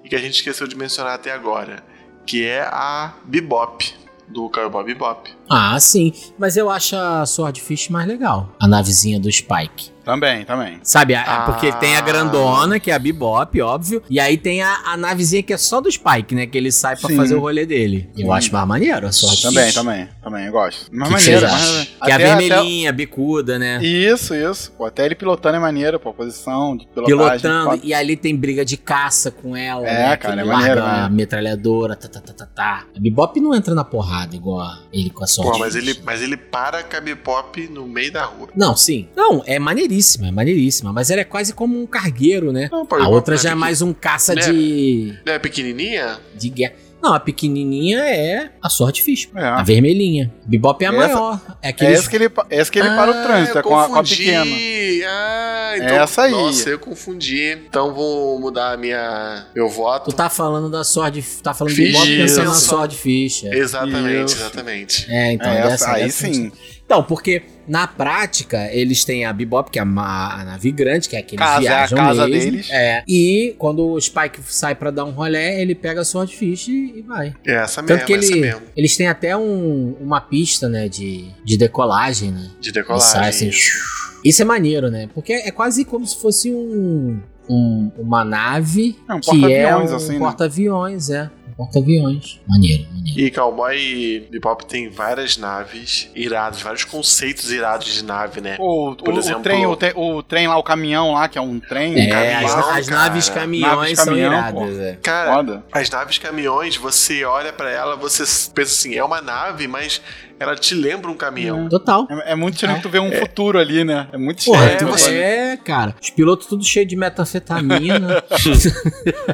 C: e que a gente esqueceu de mencionar até agora, que é a Bebop, do Cowboy Bebop.
B: Ah, sim. Mas eu acho a Swordfish mais legal. A navezinha do Spike.
D: Também, também.
B: Sabe? a- é
C: Ah.
B: Porque tem a grandona, que é a Bebop, óbvio. E aí tem a, a navezinha que é só do Spike, né? Que ele sai pra
D: Sim.
B: fazer o rolê dele. Eu
D: Sim.
B: acho mais maneiro a Swordfish.
D: Também, também. Também, eu gosto.
B: Que
D: Mas
B: que
D: maneiro,
B: vocês
D: mas-
B: acham? Que é a
D: até- até-
B: vermelhinha, bicuda, né?
D: Isso, isso. Pô, até ele pilotando é maneiro, pô. Posição de pilotagem.
B: Pilotando,
D: pá.
B: e ali tem briga de caça com ela.
D: É,
B: né, que
D: cara, é
B: ele
D: maneiro,
B: larga A
D: né?
B: metralhadora, tá, tá, tá, tá, tá. A Bebop não entra na porrada igual a- ele com a Swordfish.
C: Pô, mas ele, mas ele para com a Bebop no meio da rua.
B: Não, sim. Não, é maneiríssima, é maneiríssima. Mas ela é quase como um cargueiro, né?
C: Não, pô,
B: a
C: Bebop
B: outra
C: não
B: já é
C: pequ-
B: mais um caça
C: Né?
B: de,
C: Não é pequenininha?
B: de guerra. Não, a pequenininha é a Swordfish.
D: É.
B: A vermelhinha. Bebop é a
D: Essa-
B: maior. É
D: É
B: aquele...
D: essa que ele, pa- é essa que ele para o trânsito,
C: eu
D: é com a, com a
C: Ah, confundi.
D: pequena.
C: Ah, então,
D: É essa aí.
C: Nossa, eu confundi. Então vou mudar a minha, meu voto.
B: Tu tá falando da Sword... Tá falando de
C: Fish.
B: Bebop pensando na
C: Isso.
B: Swordfish. É,
C: Exatamente,
D: Isso.
C: exatamente.
B: É, então,
D: É,
B: dessa,
D: essa, aí
B: dessa-
D: sim.
B: Então, porque na prática eles têm a Bebop, que é a, ma- a nave grande, que é aquele
D: Casa, é a
B: viajam
D: casa
B: mesmo.
D: deles.
B: É. E quando o Spike sai pra dar um rolé, ele pega a Swordfish e e vai.
C: É essa
B: Tanto
C: mesmo,
B: que
C: essa
B: ele-
C: mesmo.
B: eles têm até um- uma pista, né, de, de decolagem, né?
C: De
B: Ele sai assim,
C: decolagem.
B: Isso é maneiro, né? Porque é quase como se fosse um, um- uma nave
D: É, um
B: que é
D: porta-aviões,
B: um
D: assim, né?
B: porta-aviões, é. Um porta-aviões. Maneiro, maneiro.
C: E Cowboy Bebop tem várias naves iradas, vários conceitos irados de nave, né?
D: O,
C: Por
D: o- o
C: exemplo-
D: trem, o, te- o trem lá, o caminhão lá, que é um trem. um
B: É,
D: caminhão,
B: as,
C: caminhão,
B: as naves
C: cara.
B: caminhões
D: Naves
B: são
D: caminhão,
B: iradas, é.
C: Cara,
D: Foda.
C: as naves caminhões, você olha pra ela, você pensa assim, é uma nave, mas ela te lembra um caminhão.
B: Total.
D: É, é muito estranho que tu vê um futuro ali, né? É muito
B: Porra,
D: estranho.
B: tu-
D: né?
C: você-
B: é, cara. Os pilotos tudo cheio de metanfetamina.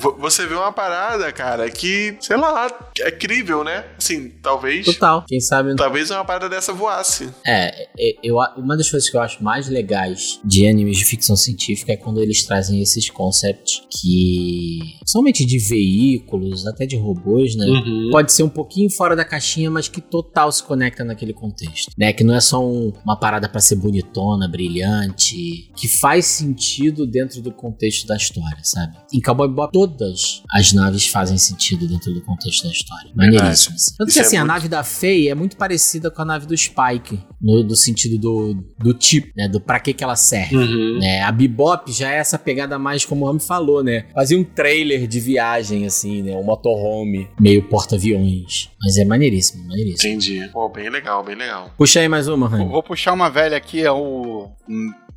C: Vo- Você vê uma parada, cara, que, sei lá, é crível, né? Assim, talvez.
B: Total. Quem sabe
C: Talvez uma parada dessa voasse.
B: É, é, eu, a- uma das coisas que eu acho mais legais de animes de ficção científica é quando eles trazem esses concepts que, somente de veículos, até de robôs, né?
C: Uhum.
B: Pode ser um pouquinho fora da caixinha, mas que total se conecta naquele contexto, né? Que não é só um- uma parada pra ser bonitona, brilhante, que faz sentido dentro do contexto da história, sabe? Em Cowboy Bebop, todas as naves fazem sentido dentro do contexto da história. Maneiríssimo. assim. Tanto
C: Isso
B: que
C: é
B: assim, a
C: muito
B: nave da Faye é muito parecida com a nave do Spike, no, do sentido do, do tipo, né? Do pra que que ela serve. né? A Bebop já é essa pegada mais, como o Rami falou, né? Fazia um trailer de viagem, assim, né? Um motorhome, meio porta-aviões. Mas é maneiríssimo, maneiríssimo.
C: Entendi. Pô, bem legal, bem legal.
B: Puxa aí mais uma,
D: Eu
B: Rami.
D: Vou puxar uma velha aqui, é o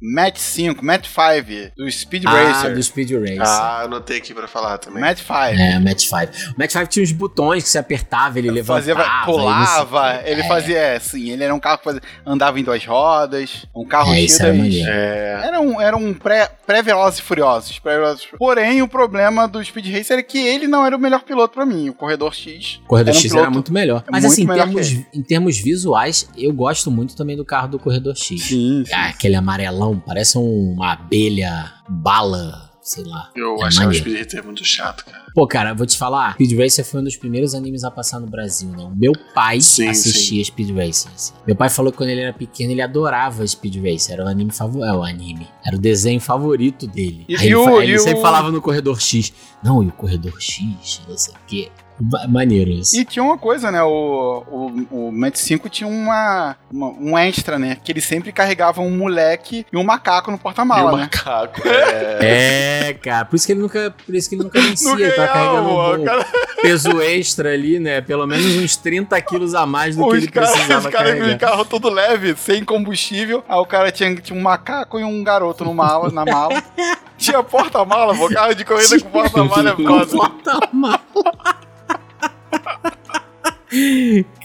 D: Match 5, Match 5, do Speed
B: Ah,
D: Racer.
B: do Speed Racer.
C: Ah, anotei aqui pra falar também.
D: Mad Five.
B: É, Match 5. O Match 5 tinha uns botões que você apertava, ele levantava.
D: fazia,
B: aí
D: pulava,
B: não sei-
D: ele fazia, é, sim, ele era um carro que fazia- andava em duas rodas, um carro
B: É,
D: cheio
B: isso era
D: das-
B: maneiro.
C: É.
D: Era um, era um pré- pré-velozes e furiosos, pré-velozes e furiosos. Porém, o problema do Speed Racer era que ele não era o melhor piloto pra mim. O Corredor X.
B: Corredor
D: um
B: X
D: piloto-
B: era muito melhor.
D: é
B: Mas
D: muito
B: assim, em
D: melhor que
B: termos, em termos visuais, eu gosto muito também do carro do Corredor X.
D: Sim, sim.
B: Ah, aquele amarelão, parece um- uma abelha bala, sei lá.
C: Eu
B: É
C: achava o
B: maneiro.
C: Speed Racer muito chato, cara.
B: Pô, cara, vou te falar, Speed Racer foi um dos primeiros animes a passar no Brasil, né? O meu pai
C: Sim,
B: assistia Speed Racer. assim. Meu pai falou que quando ele era pequeno ele adorava Speed Racer, era o anime favorito, é, o anime, era o desenho favorito dele.
D: E-
B: Aí ele,
D: e o-
B: fa- ele
D: e o-
B: sempre falava no Corredor X, não, e o Corredor X, não sei o quê. Ma- Maneiro isso.
D: E tinha uma coisa, né? O, o, o Match 5 tinha uma, uma- um extra, né? Que ele sempre carregava um moleque e um macaco
C: e
D: no
C: o
B: um
D: porta-mala, né?
C: macaco. É.
B: É, cara, por isso que ele nunca, por isso que ele nunca vencia,
D: Nunca
B: ele tava
D: ia,
B: carregando
D: ó,
B: um bom peso extra ali, né? Pelo menos uns 30 quilos a mais do que
D: Os
B: ele
D: caras os
B: precisava
D: caras viram
B: carregar.
D: o carro todo leve, sem combustível. Aí o cara tinha, tinha um macaco e um garoto no mala, na mala. tinha porta-mala, pô, carro de corrida com porta-mala é foda.
B: Porta-mala.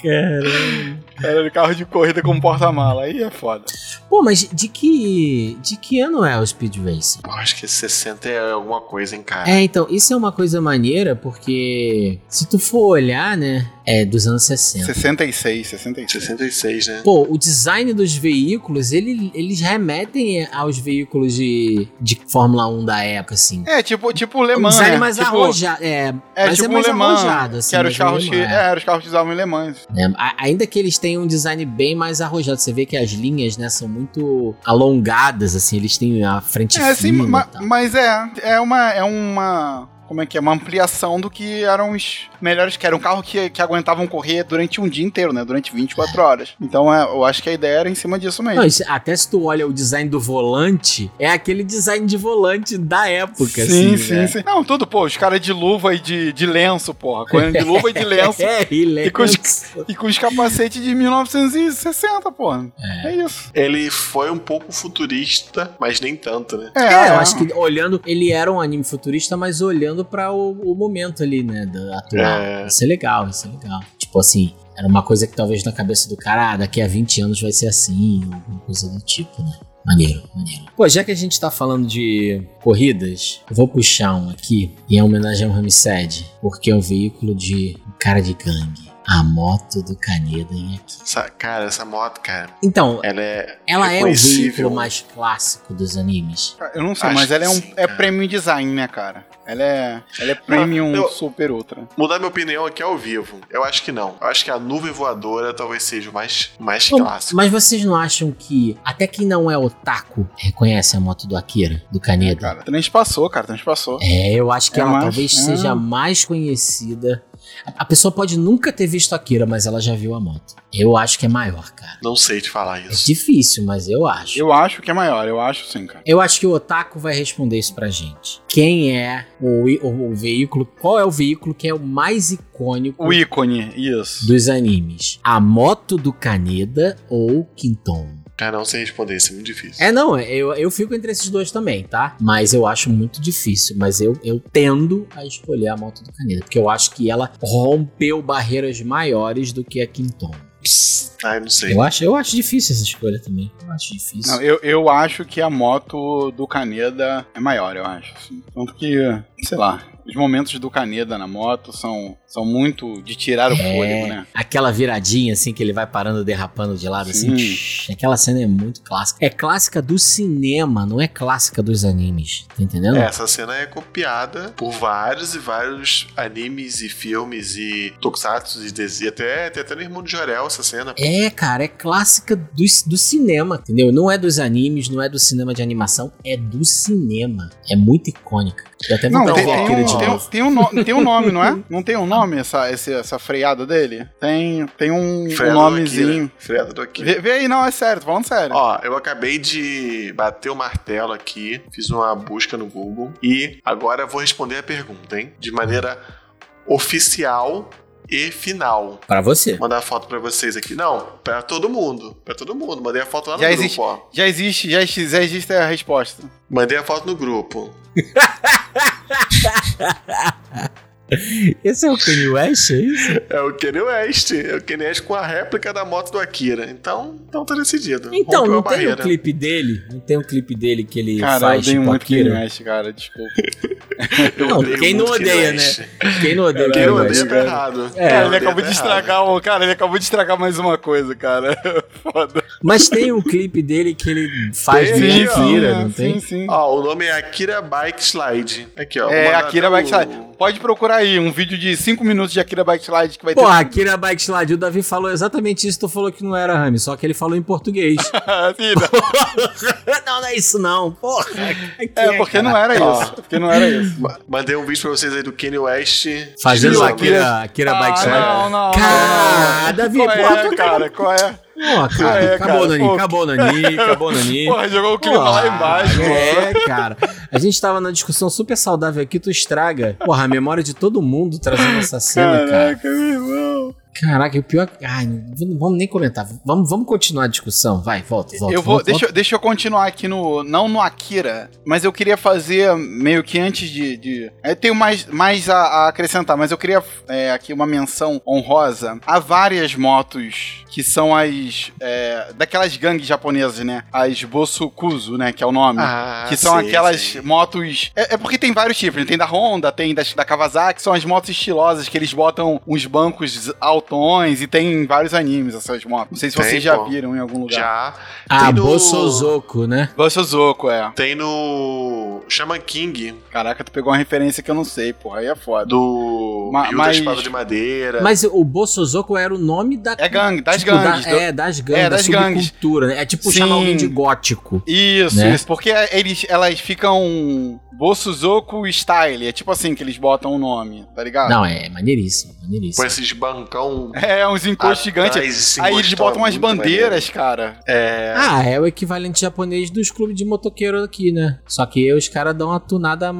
B: Cara.
D: Era carro de corrida com porta-mala, aí é foda.
B: Pô, mas de que de que ano é o Speed Racer?
C: Eu acho que 60 é alguma coisa, hein, cara.
B: É, então, isso é uma coisa maneira porque se tu for olhar, né, é dos anos 60.
D: 66, 66.
C: 66, né?
B: Pô, o design dos veículos, ele, eles remetem aos veículos de, de Fórmula 1 da época, assim.
D: É, tipo, tipo o Le
B: Um
D: Mans,
B: design
D: né?
B: mais
D: tipo,
B: arrojado. É,
D: É,
B: mas
D: tipo
B: é mais
D: o Le Mans,
B: arrojado, assim.
D: que era os
B: mas é o
D: carros
B: Le
D: que,
B: Mans,
D: é, era os carros que usavam em Le Mans.
B: né? A- Ainda que eles tenham um design bem mais arrojado, você vê que as linhas, né, são muito alongadas, assim, eles têm a frente
D: É, sim,
B: fina
D: ma-
B: e tal.
D: mas é, é uma, é uma, como é que é, uma ampliação do que eram os melhores, que era um carro que, que aguentavam correr durante um dia inteiro, né, durante 24 horas. Então, é, eu acho que a ideia era em cima disso mesmo.
B: Não, Ah, isso- até se tu olha o design do volante, é aquele design de volante da época, assim, né?
D: sim. Não, tudo, pô, os caras de luva e de, de lenço, porra, correndo de luva e de lenço.
B: É, e
D: E com os-
B: lenço.
D: E com os capacetes de 1960, porra. É, isso.
C: Ele foi um pouco futurista, mas nem tanto, né?
B: É, eu acho que olhando, ele era um anime futurista, mas olhando pra o, o momento ali, né, da atual.
C: É.
B: Isso é legal, isso é legal. Tipo assim, era uma coisa que talvez na cabeça do cara, ah, daqui a 20 anos vai ser assim, alguma coisa do tipo, né? Maneiro, maneiro. Pô, já que a gente tá falando de corridas, eu vou puxar um aqui em homenagem ao Ramsed, porque é um veículo de cara de gangue. A moto do Caneda em aqui.
C: Essa- cara, essa moto, cara,
B: Então,
C: ela é.
B: ela é o
C: reconhecível.
B: veículo mais clássico dos animes.
D: Eu não sei,
C: Acho
D: mas ela é,
C: que
D: um,
C: sim,
D: é
C: cara. Ah,
D: premium design, né, cara? Ela é, ela é premium
C: eu-
D: super ultra.
C: Mudar minha opinião aqui é ao vivo. Eu acho que não. Eu acho que a nuvem voadora talvez seja o mais, mais
B: Bom,
C: clássico.
B: Mas vocês não acham que até quem não é otaku reconhece a moto do Akira, do Kaneda?
D: Cara, transpassou, cara, transpassou.
B: É, eu acho que
D: Eu
B: ela
D: acho,
B: talvez
D: é.
B: seja a mais conhecida. A a pessoa pode nunca ter visto Akira, mas ela já viu a moto. Eu acho que é maior, cara.
C: Não sei te falar
B: É
C: isso.
B: difícil, mas eu acho. Eu,
D: Eu acho que é maior, eu acho sim, cara.
B: acho que o otaku vai responder isso pra gente. Quem é o, i- o- o veículo? Qual é o veículo que é o mais icônico
D: O ícone, isso.
B: dos animes? A moto do Kaneda ou o Quinton?
C: Cara, não sei responder, isso é muito difícil.
B: É, não, eu, eu fico entre esses dois também, tá? Mas eu acho muito difícil. Mas eu, eu tendo a escolher a moto do Caneda, porque eu acho que ela rompeu barreiras maiores do que a Quinton.
C: Ah, eu não sei.
B: Eu acho, eu acho difícil essa escolha também. Eu acho difícil.
D: Não, eu, eu acho que a moto do Caneda é maior, eu acho. assim. Tanto que, sei lá, os momentos do Caneda na moto são, são muito de tirar
B: É.
D: o fôlego, né?
B: Aquela viradinha assim que ele vai parando, derrapando de lado assim.
D: Sim.
B: tsh, Aquela cena é muito clássica. É clássica do cinema, não é clássica dos animes. Tá entendendo?
C: Essa cena é copiada por vários e vários animes e filmes e tokusatsu e desi. Até, tem até no Irmão de Jorel essa cena.
B: É, cara, é clássica do, do cinema, entendeu? Não é dos animes, não é do cinema de animação, é do cinema. É muito icônica. Dá até
D: Não,
B: vontade
D: tem,
B: de ver
D: tem,
B: aquilo
D: um,
B: de
D: tem, um,
B: novo.
D: tem, um no- tem um nome, não é? Não tem um nome essa, esse- essa freada dele? Tem, tem um, um
C: Fredo
D: nomezinho.
C: Akira. Fredo do Akira.
D: Vê, vê aí, não, é sério, tô falando sério.
C: Ó, eu acabei de bater o martelo aqui, fiz uma busca no Google e agora eu vou responder a pergunta, hein? De maneira oficial e final.
B: Pra você.
C: Mandar a foto pra vocês aqui. Não, pra todo mundo. Pra todo mundo. Mandei a foto lá no
D: Já
C: grupo,
D: existe.
C: ó.
D: Já existe, já existe, já existe a resposta.
C: Mandei a foto no grupo.
B: Esse é o Kanye West, é isso?
C: É o Kanye West. É o Kanye West com a réplica da moto do Akira. Então, então tá decidido.
B: Então,
C: Rompeu a
B: não tem o
C: barreira.
B: clipe dele? Não tem o clipe dele que ele
D: Cara, eu
B: faz
D: odeio
B: tipo
D: muito Kanye
B: Akira?
D: West, cara, desculpa.
C: Eu
B: Não,
C: odeio
B: quem não
C: muito Kanye
B: odeia,
C: West.
B: né? Quem não odeia o
C: Quem
B: Kanye
C: não
B: West?
C: odeia tá errado.
B: É,
C: Quem
D: Cara, ele
C: odeia
D: acabou
C: tá
D: de
C: errado.
D: estragar o. Cara, ele acabou de estragar mais uma coisa, cara. Foda.
B: Mas tem um clipe dele que ele faz
C: Tem,
B: de
C: sim,
B: Akira, não tem?
D: Ah, Sim, sim.
C: Ó, o nome é Akira Bike Slide. Aqui, ó.
D: É,
C: Vou mandar
D: Akira
C: até
D: Bike
C: o-
D: Slide. Pode procurar aí um vídeo de 5 minutos de Akira Bike Slide que vai
B: Porra,
D: ter.
B: Akira Bike Slide, o Davi falou exatamente isso, tu falou que não era Rami, só que ele falou em português.
D: Ah, Sim, não.
B: não, não é isso não, porra.
D: É, porque não era
C: Ó.
D: isso. Porque não era isso.
C: Ma- Mandei um vídeo pra vocês aí do Kanye West.
B: Fazendo
D: Tio,
B: o
C: Tirando-
B: Akira, Akira Bike Slide.
D: Ah, não, não.
B: Cara, Davi,
D: qual
B: porra,
D: é,
B: tu
D: cara? Qual é?
B: Pô, cara,
D: É,
B: acabou
D: cara,
B: o Nani,
D: pô.
B: acabou o Nani, acabou o Nani.
D: Porra, jogou o clima
B: Porra,
D: lá embaixo. mano.
B: É, cara. A gente tava na discussão super saudável aqui, tu estraga. Porra, a memória de todo mundo trazendo essa cena, cara.
D: Caraca, meu irmão.
B: Caraca, e o pior. é Ai, não vamos nem comentar. Vamos, vamos continuar a discussão. Vai, volta, volta.
D: Eu vou,
B: volta,
D: deixa, eu- deixa eu continuar aqui no. Não no Akira, mas eu queria fazer meio que antes de. de- é, eu tenho mais, mais a, a acrescentar, mas eu queria é, aqui uma menção honrosa a várias motos que são as. é, daquelas gangues japonesas, né? As Bosukuzu, né? Que é o nome.
C: Ah,
D: Que são
C: sei,
D: aquelas
C: sei.
D: motos. É, é porque tem vários tipos, né? Tem da Honda, tem das, da Kawasaki, são as motos estilosas que eles botam uns bancos altões e tem em vários animes essas motos. Não sei se
C: Tem,
D: vocês já
C: pô.
D: viram em algum lugar.
C: Já.
B: Ah,
C: Tem no-
B: Bolsozoco, né?
D: Bashozoku, é.
C: Tem no Shaman King,
D: Caraca, tu pegou uma referência que eu não sei, porra. Aí é foda.
C: do
D: Ma-
C: Rio
D: mas-
C: da Espada de Madeira.
B: Mas o Bolsozoco era o nome da.
D: É gangue, das
B: tipo,
D: gangues.
B: da-
D: do-
B: É, das gangues,
D: é, das
B: da
D: gangues.
B: subcultura, né? É tipo
D: Sim.
B: chamar alguém de gótico.
D: Isso,
B: Né?
D: isso. Porque é, eles, elas ficam Bosuzoku style. É tipo assim que eles botam o nome, tá
C: Ah.
D: ligado?
B: Não, é maneiríssimo, maneiríssimo.
C: Com esses bancão.
D: É, uns
C: Ah,
D: encostos gigantes.
C: atrás, esse
D: Aí eles
C: encostão,
D: botam umas
C: muito
D: bandeiras, cara.
B: Ah, é o equivalente japonês dos clubes de motoqueiro aqui, né? Só que os caras dão uma tunada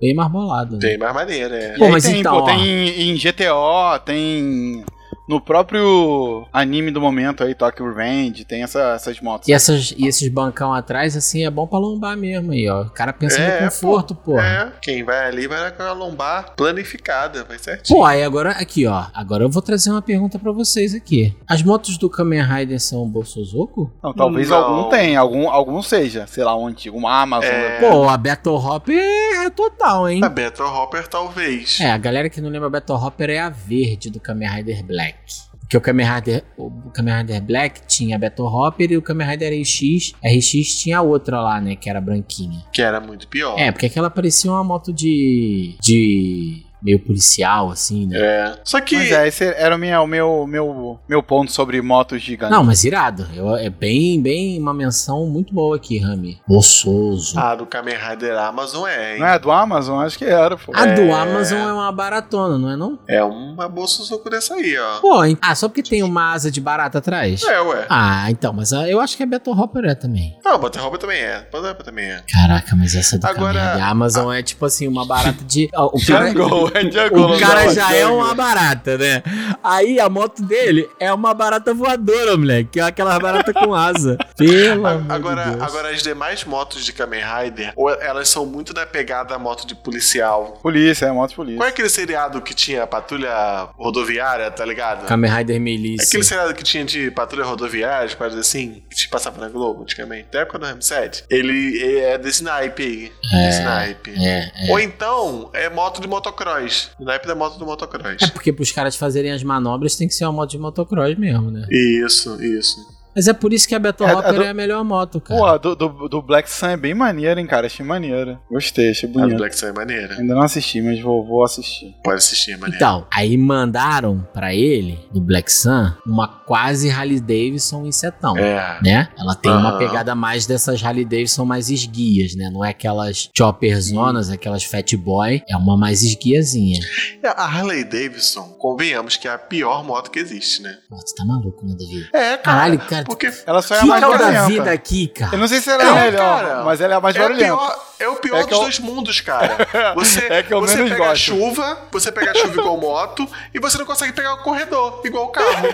B: bem marmolada.
C: maneiro.
B: Né?
C: Tem mais maneira, é.
B: Pô,
D: E aí
B: mas
D: tem,
B: então, ó.
D: pô, tem em GTO, tem no próprio anime do momento aí, Tokyo Revenge, tem essa- essas motos.
B: E, essas, e esses bancão atrás, assim, é bom pra lombar mesmo aí, ó. O cara pensa
C: É,
B: no conforto, porra.
C: É, quem vai ali vai com a lombar planificada, vai certinho.
B: Pô, aí agora, aqui, ó. Agora eu vou trazer uma pergunta pra vocês aqui. As motos do Kamen Rider são um Bolsozoco?
D: Não, talvez
C: Não.
D: algum tenha, algum, algum seja, sei lá, um antigo, uma Amazon.
C: É.
B: Pô, a Battle Hopper é total, hein?
C: A Battle Hopper talvez.
B: É, a galera que não lembra Battle Hopper é a verde do Kamen Rider Black. Porque o Kamen Rider, o Kamen Rider Black tinha a Battle Hopper e o Kamen Rider RX, RX tinha a outra lá, né, que era branquinha.
C: Que era muito pior.
B: É, porque aquela parecia uma moto de de meio policial assim, né?
C: É. Só que.
D: Mas é, esse era o minha- o meu, meu, meu ponto sobre motos gigantes.
B: Não, mas irado. Eu- é bem, bem uma menção muito boa aqui, Rami. Moçoso.
C: Ah, do Kamen Rider Amazon é, hein?
B: Né?
D: Não é do Amazon? Acho que era, pô.
B: a do Amazon é uma baratona, não é não?
C: É uma bolsa soco dessa aí, ó.
B: Pô, hein? ah, só porque tem uma asa de barata atrás?
C: É, ué.
B: Ah, então, mas ah, eu acho que a Battle Hopper é também.
C: Não, Battle Hopper também é. Battle Hopper também é.
B: Caraca, mas essa do
C: Agora-
B: Agora, da Amazon é tipo assim, uma barata de. ó, O cara,
D: Jungle, é Jungle.
B: né? o cara
D: não,
B: já é
D: Jungle.
B: uma barata, né? Aí a moto dele é uma barata voadora, moleque. É aquela barata com asa. Pelo amor
C: Agora,
B: de Deus.
C: agora, as demais motos de Kamen Rider, ou elas são muito da pegada à moto de policial.
D: Polícia, é moto polícia.
C: Qual é aquele seriado que tinha a patrulha rodoviária, tá ligado?
B: Kamen Rider Melissa.
C: Aquele seriado É que tinha de patrulha rodoviária, de coisas assim, que te passava na Globo antigamente, da época do Ramsed. Ele ele é desse naipe aí. Desse naipe.
B: É, é.
C: Ou então, é moto de motocross. O naipe da moto do motocross.
B: É porque pros caras fazerem as manobras tem que ser uma moto de motocross mesmo, né?
C: Isso, isso.
B: Mas é por isso que a Battle
D: É, é
B: Hopper
D: do-
B: é a melhor moto, cara.
D: Pô, a do, do, do Black Sun é bem maneiro, hein, cara. Achei maneiro. Gostei, achei
C: A do
D: bonito.
C: Black Sun é maneira.
D: Ainda não assisti, mas vou, vou assistir.
C: Pode assistir, é maneira.
B: Então, aí mandaram pra ele, do Black Sun, uma quase Harley Davidson insetão.
C: É.
B: né? Ela tem uma
C: Aham.
B: pegada mais dessas Harley Davidson mais esguias, né? Não é aquelas chopper zonas, aquelas fat boy, é uma mais esguiazinha.
C: A Harley Davidson, convenhamos que é a pior moto que existe, né?
B: Pô, tu tá maluco, né, Davi?
C: É, cara.
B: Caralho, cara,
C: Porque
D: Ela só é a
B: que
D: mais
B: tal da
D: barulhenta.
B: vida aqui,
D: Eu
B: cara?
D: não sei se ela
C: Não,
D: é melhor,
C: cara.
D: mas ela é a mais
C: é, o
D: barulhenta.
C: pior, é o pior
D: É que
C: dos
D: eu-
C: dois mundos, cara. Você,
D: É que eu
C: você
D: menos
C: pega a
D: gosto.
C: chuva, você pega a chuva igual moto, e você não consegue pegar o corredor, igual o carro.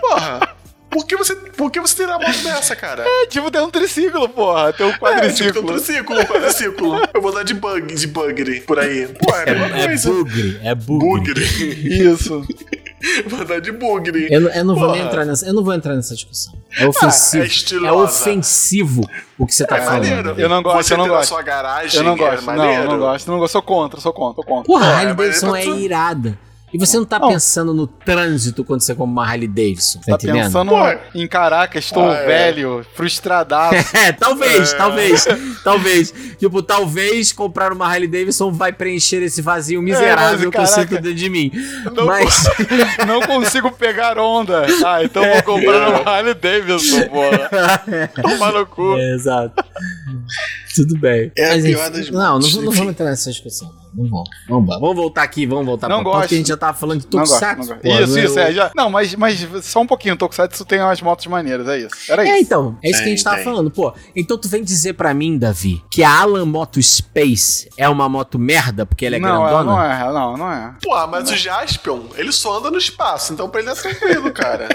C: Porra. Por que você, por que você teria a moto dessa, cara?
D: É tipo, tem um triciclo, porra. Tem um
C: É, tipo, tem um
D: quadriciclo.
C: triciclo, um quadriciclo. Eu vou dar de bug, de bugre por aí. Pô, é a mesma
B: É
C: coisa.
B: bugre, é bugre.
C: Bugre.
D: Isso.
C: Vou dar de bugre.
B: Eu, não- eu não vou nem
C: Porra.
B: entrar nessa, eu não vou entrar nessa discussão. É ofensivo.
C: é
B: é,
C: estilosa.
B: ofensivo o que você tá
C: É
B: falando.
C: maneiro.
D: Eu não gosto,
C: Você
D: eu não
C: ter na
D: gosto.
C: sua garagem
D: Eu não
C: é
D: gosto.
C: maneiro.
D: Não, não gosto. Não gosto. Sou contra, sou contra, sou contra.
B: Porra, a
C: Porra,
B: Harley
C: mas
B: Davidson
C: é
B: é
C: pra tu-
B: irada. E você não tá
D: Não.
B: pensando no trânsito quando você compra uma Harley Davidson, tá,
D: Tá
B: entendendo?
D: pensando
C: Porra.
D: em caraca, estou
C: Ah, é.
D: velho, frustradaço.
B: É, talvez,
C: É.
B: talvez, talvez. Tipo, talvez comprar uma Harley Davidson vai preencher esse vazio miserável
D: É, mas,
B: que eu
D: caraca,
B: sinto dentro de mim.
D: não
B: Mas,
D: Não consigo pegar onda. Ah, então vou comprar um Harley Davidson, porra. Tomar no cu.
B: É, exato. Tudo bem.
C: É a
B: Mas,
C: pior
B: enfim,
C: das
B: Não, não,
C: mortes,
B: vou- não
C: enfim.
B: vamos entrar nessa discussão. Não Não vamos. Vamos, embora. vamos voltar aqui, vamos voltar
D: Não
B: pra pauta,
D: gosto.
B: que a gente já tava falando de
D: Não gosto, não
B: Tokusatsu.
D: gosto.
B: pô,
D: Isso,
B: não
D: isso, é. Já... Não, mas, mas só um pouquinho. O Tokusatsu tem umas motos maneiras, é isso. Era
B: É,
D: isso.
B: então, é isso que a gente
C: Tem,
B: tava
C: tem.
B: falando, pô. Então tu vem dizer pra mim, Davi, que a Alan Moto Space é uma moto merda porque ela é
D: não, ela
B: grandona?
D: não é, ela não, não é.
C: Porra, mas o Jaspion, ele só anda no espaço, então pra ele é tranquilo, cara.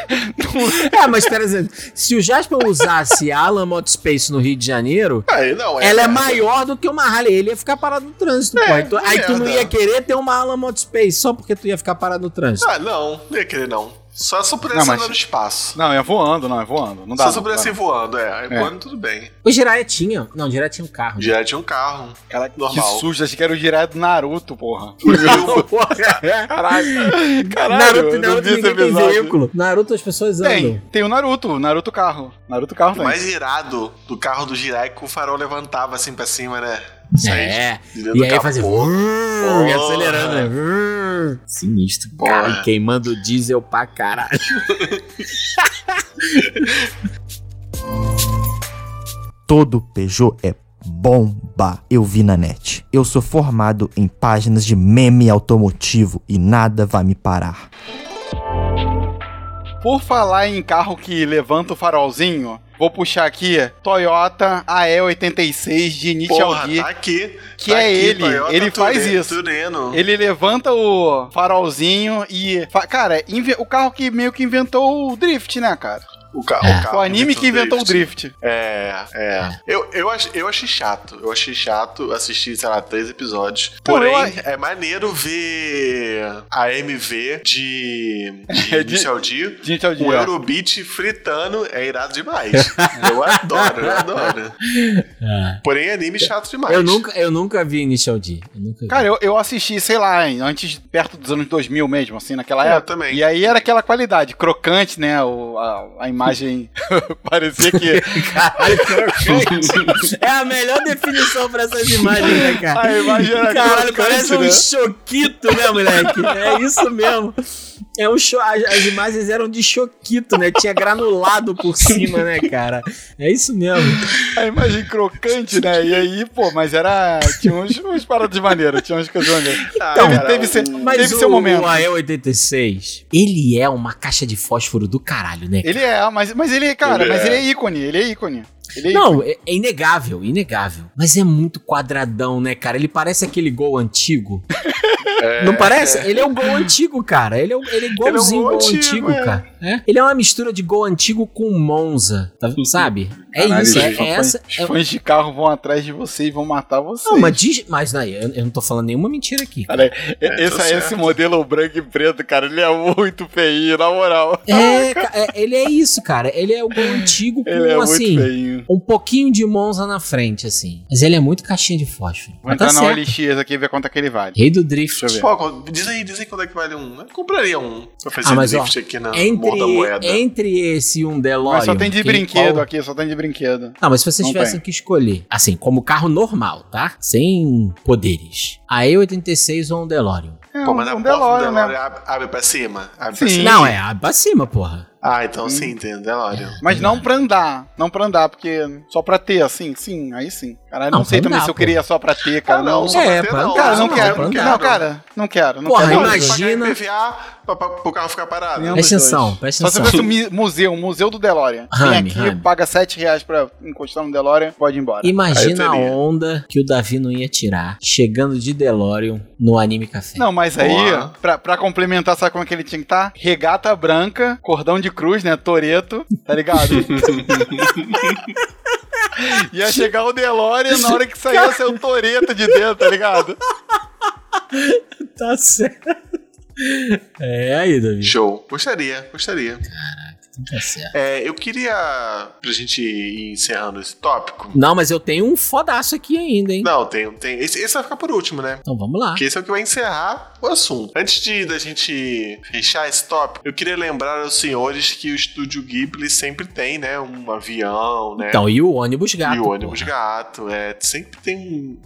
B: É, mas por exemplo, se o Jasper usasse a Alan Moto Space no Rio de Janeiro,
C: Aí, não,
B: ela é maior do que uma Harley. Ele ia ficar parado no trânsito, pô. Aí tu, aí tu não
C: merda.
B: ia querer ter uma Alan Moto Space só porque tu ia ficar parado no trânsito.
C: Ah, não, não ia querer não. Só se eu pudesse
D: Não, mas-
C: andar no espaço.
D: Não, é voando, não, é voando. Não dá.
C: só se eu
D: não, não
C: pudesse ir
D: dá.
C: voando, é. Aí
D: É.
C: voando tudo bem.
B: O Jiraiya tinha. Não, o Jiraiya tinha um carro. né?
C: Já tinha um carro.
D: Caraca, que
C: normal.
D: sujo, achei que era o direto do Naruto, porra.
B: Caralho.
D: Caralho,
B: Naruto,
D: eu não
B: Naruto
D: vi esse
B: ninguém tem
D: episódio.
B: veículo. Naruto as pessoas
D: Tem,
B: andam.
D: tem o Naruto, o Naruto carro. Naruto carro
C: O
D: tem.
C: mais irado do carro do Jirai é que o farol levantava assim pra cima, né?
B: É.
C: de dentro
B: E
C: do
B: aí
C: capô.
B: fazia. vrrr, E acelerando, né? Vrrr. Sinistro. Cara, queimando diesel pra caralho.
G: Todo Peugeot é bomba, eu vi na net. Eu sou formado em páginas de meme automotivo e nada vai me parar.
D: Por falar em carro que levanta o farolzinho, vou puxar aqui Toyota AE86 de Initial
C: Porra,
D: Gear.
C: tá aqui.
D: que
C: tá
D: é
C: aqui,
D: ele, ele faz isso.
C: Tureno.
D: Ele levanta o farolzinho e. fa- Cara, inve- o carro que meio que inventou o drift, né, cara?
C: O, ca-
B: É.
C: o, carro
D: o anime que inventou o drift.
C: É, é. Eu, eu, ach- eu achei chato. Eu achei chato assistir, sei lá, três episódios.
D: Pô,
C: Porém,
D: eu-
C: é maneiro ver a MV de, de
D: É, de-
C: Michel Dio.
D: de Michel Dio,
C: O
D: é.
C: Eurobeat fritando é irado demais. eu adoro, eu adoro.
D: É.
C: Porém, anime chato demais.
B: Eu nunca, eu nunca vi Initial D. Eu nunca vi.
D: Cara, eu, eu assisti, sei lá, hein, antes, perto dos anos 2000 mesmo, assim, naquela
C: É, eu
D: época.
C: também.
D: E aí era aquela qualidade, crocante, né? O, a, a imagem parecia que.
B: é a melhor definição pra essas imagens, né, cara?
D: A imagem era
B: Caralho,
D: crocante,
B: parece um
D: né?
B: choquito, né, moleque? É isso mesmo. É um cho... As as imagens eram de choquito, né? Tinha granulado por cima, né, cara? É isso mesmo.
D: A imagem crocante, né? E aí, pô, mas era. Tinha uns, uns paradas de maneira, tinha umas coisas maneiras.
C: Ah,
D: Teve,
C: cara,
D: teve, seu-
B: Mas
D: teve
B: o,
D: seu momento.
B: o AE86, ele é uma caixa de fósforo do caralho, né?
D: Ele é, mas, mas ele, cara,
C: Ele
D: mas
C: é.
D: ele é ícone, ele é ícone. Ele é
B: Não, é, é inegável, inegável. Mas é muito quadradão, né, cara? Ele parece aquele gol antigo. Não parece? Ele é um gol antigo, cara. Ele é, um- ele é igualzinho
C: gol
B: gol antigo,
C: antigo, é.
B: cara. É? Ele é uma mistura de gol antigo com Monza, tá- sabe? É
D: Caralho,
B: isso,
D: os
B: é, é
D: fãs-
B: essa.
D: Os
B: é-
D: fãs de carro vão atrás de você e vão matar você.
B: Não, mas diz. Mas não, eu, eu não tô falando nenhuma mentira aqui. cara.
D: Cara, esse,
C: tá certo.
D: esse modelo branco e preto, cara, ele é muito feio, na moral.
B: É, ca- é, ele é isso, cara. Ele é o gol antigo com
D: Ele é
B: assim.
D: muito feinho.
B: um pouquinho de Monza na frente, assim. Mas ele é muito caixinha de fósforo.
D: Vou
B: Mas tá
D: entrar na
B: certo.
D: OLX aqui e ver quanto é que ele vale.
B: Rei do Drift.
D: Deixa eu ver.
C: Pô, qual- diz aí, diz aí quando é que vale um. Eu compraria um pra fazer
B: Ah, mas ó,
C: drift aqui na Morro da Moeda.
B: entre, entre esse e um DeLorean...
D: Mas só tem de
B: quem-
D: brinquedo
B: qual-
D: aqui, só tem de brinquedo.
B: Não, mas se vocês
D: Não
B: tivessem
D: tem.
B: que escolher, assim, como carro normal, tá? Sem poderes. A E86 ou um DeLorean?
D: É,
C: Pô, mas
D: um,
C: a
D: um
C: porta
D: DeLorean,
C: do
D: né?
C: DeLorean abre, abre pra cima? Abre pra
D: Sim.
C: cima?
B: Não, é a pra cima, porra.
C: Ah, então sim, tem o DeLorean.
D: Mas não pra andar, não pra andar, porque só pra ter, assim, sim, aí sim. Cara, eu não,
B: Não,
D: sei
B: não
D: também
B: dá,
D: se eu
B: pô.
D: queria só pra ter, cara.
C: Ah,
D: não,
C: só
B: É,
C: pra ter,
B: pra-
C: não.
D: Cara,
B: cara,
D: não,
B: não,
D: quero,
B: pra-
D: não quero. Não, cara, não quero. Não
B: Porra,
D: quero.
C: Tem que
B: Imagina-
C: Pagar IPVA pra, pra, pro carro ficar parado.
D: Nenhum dos
B: Presta
D: dois.
B: atenção, presta
D: Só se
B: atenção.
D: fosse um mi- museu, um museu do DeLorean. Vem
B: Rame,
D: aqui,
B: rame.
D: paga 7 reais pra encostar no DeLorean, pode ir embora.
B: Imagina a
C: Aí eu teria.
B: onda que o Davi não ia tirar chegando de DeLorean no Anime Café.
D: Não, mas aí,
C: Boa.
D: pra, pra complementar, sabe como é que ele tinha que estar? Regata branca, cordão de cruz, né? Toreto, tá ligado? Ia chegar o DeLorean na hora que saía ia ser um Toreto de dentro, tá ligado?
B: Tá certo. É aí, Davi.
C: Show. Gostaria, gostaria.
B: Tá certo.
C: É, eu queria, pra gente ir encerrando esse tópico.
B: Não, mas eu tenho um fodaço aqui ainda, hein?
C: Não, tem. tem esse, esse vai ficar por último, né?
B: Então vamos lá.
C: Porque esse é o que vai encerrar o assunto. Antes de da gente fechar esse tópico, eu queria lembrar aos senhores que o estúdio Ghibli sempre tem, né? Um avião, né?
B: Então, e o ônibus gato?
C: e o ônibus
B: porra?
C: gato, é. Sempre tem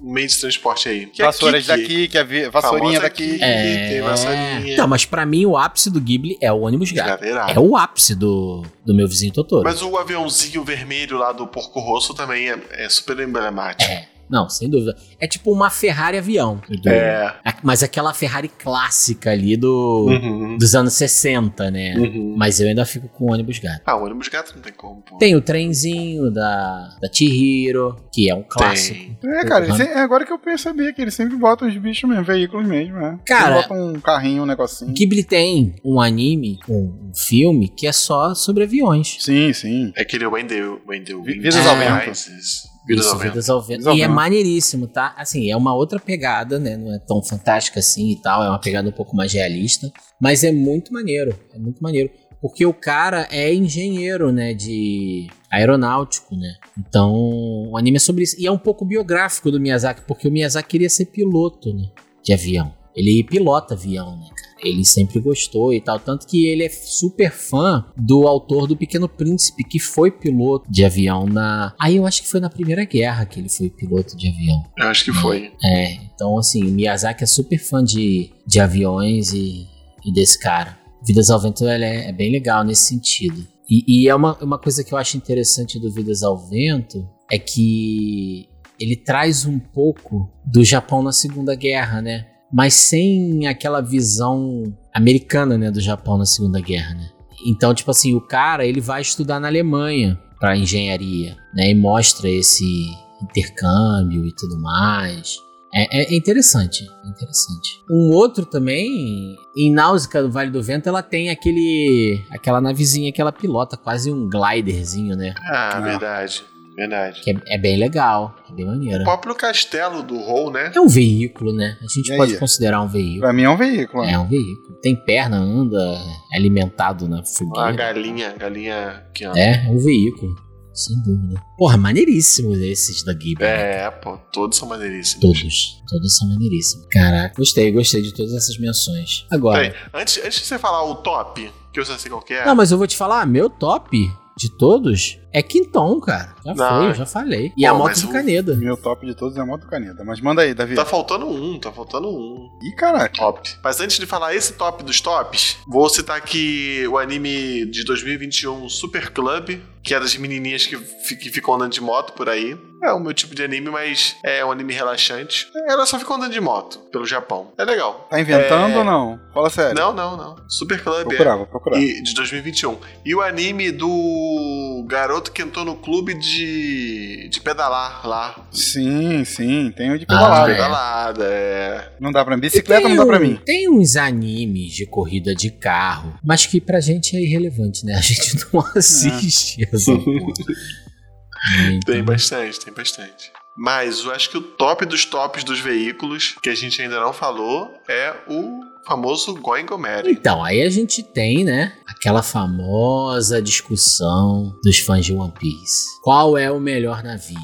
C: um meio de transporte aí. Que é
D: Vassouras
C: Kiki,
D: daqui, que é vi- vassourinha
C: famosa
D: daqui.
C: Kiki, Tem vassourinha.
B: Não, mas pra mim o ápice do Ghibli é o ônibus gato.
C: Gato, irado.
B: É o ápice do, do meu vizinho Totoro.
C: Ah. Mas o aviãozinho vermelho lá do Porco Rosso também é, é super emblemático.
B: É. Não, sem dúvida. É tipo uma Ferrari avião. Do-
C: É.
B: a- Mas aquela Ferrari clássica ali do,
C: Uhum.
B: dos anos 60, né?
C: Uhum.
B: Mas eu ainda fico com o ônibus gato.
C: Ah, o ônibus gato não tem como, pô.
B: Tem o trenzinho da, da Chihiro, que é um clássico. Uhum.
C: Tem.
D: É, cara, ele se- é agora que eu percebi que eles sempre botam os bichos mesmo, veículos mesmo, né?
B: Cara-
D: Eles botam um carrinho, um negocinho.
B: Ghibli tem um anime, um, um filme, que é só sobre aviões.
D: Sim, sim.
C: É aquele Wendell. Wendell
D: Vi- Vidas
B: ao
D: vento.
C: É, Vidas
B: Isso,
C: ao Vento.
B: Vidas ao Vento.
D: Vidas ao
B: E é
D: Vento.
B: maneiríssimo, tá? Assim, é uma outra pegada, né? Não é tão fantástica assim e tal. É uma pegada um pouco mais realista. Mas é muito maneiro. É muito maneiro. Porque o cara é engenheiro, né? De aeronáutico, né? Então, o anime é sobre isso. E é um pouco biográfico do Miyazaki, porque o Miyazaki queria ser piloto, né? De avião. Ele pilota avião, né, cara? Ele sempre gostou e tal. Tanto que ele é super fã do autor do Pequeno Príncipe, que foi piloto de avião na. Aí eu acho que foi na Primeira Guerra que ele foi piloto de avião.
C: Eu acho que foi.
B: É, então assim, o Miyazaki é super fã de, de aviões e, e desse cara. Vidas ao Vento ela é, é bem legal nesse sentido. E, e é uma, uma coisa que eu acho interessante do Vidas ao Vento é que ele traz um pouco do Japão na Segunda Guerra, né? Mas sem aquela visão americana, né, do Japão na Segunda Guerra, né? Então, tipo assim, o cara, ele vai estudar na Alemanha para engenharia, né? E mostra esse intercâmbio e tudo mais. É, é- é interessante, é interessante. Um outro também, em Náusea do Vale do Vento, ela tem aquele aquela navezinha que ela pilota, quase um gliderzinho, né?
C: Ah,
D: Ah.
C: verdade. Verdade.
B: Que é, é bem legal, é bem maneiro.
C: O próprio castelo do Rol, né?
B: É um veículo, né? A gente
D: E
B: pode
D: aí?
B: considerar um veículo.
D: Pra mim é um veículo.
B: É um veículo. Tem perna, anda, é alimentado na
C: A
B: fogueira.
C: galinha, a galinha que anda.
B: É, é um veículo. Sem dúvida. Porra, maneiríssimos esses da Ghibli. né?
C: É, pô, todos são maneiríssimos.
B: Todos. Todos são maneiríssimos. Caraca, gostei, gostei de todas essas menções. Agora.
C: Peraí, antes, antes de você falar o top, que eu já sei qual que é.
B: Não, mas eu vou te falar, meu top de todos é Quinton, cara. Já
C: Não.
B: foi, eu já falei. E
C: Pô,
B: a moto
C: mas
B: do
C: o-
B: Caneda.
D: Meu top de todos é a moto caneta. Mas manda aí, Davi.
C: Tá faltando um, tá faltando um.
D: Ih, caraca.
C: Top. Mas antes de falar esse top dos tops, vou citar aqui o anime de 2021 Super Club, que é das menininhas que, fi- que ficam andando de moto por aí. É o meu tipo de anime, mas é um anime relaxante. Ela só ficam andando de moto pelo Japão. É legal.
D: Tá inventando
C: É.
D: ou não? Fala sério.
C: Não, não, não. Super Club é.
D: Procurar, vou procurar.
C: E, de 2021. E o anime do garoto que entrou no clube de, de pedalar lá.
D: Sim, sim, tem o de
B: Ah,
D: pedalada.
B: é.
C: Pedalada, é.
D: Não dá pra mim.
B: E
D: Bicicleta
B: tem
D: não dá pra
B: um-
D: mim.
B: Tem uns animes de corrida de carro, mas que pra gente é irrelevante, né? A gente não assiste essa porra. Então,
D: Hum.
C: Tem bastante, tem bastante. Mas eu acho que o top dos tops dos veículos, que a gente ainda não falou, é o famoso Goingomeri.
B: Então, aí a gente tem, né, aquela famosa discussão dos fãs de One Piece. Qual é o melhor navio?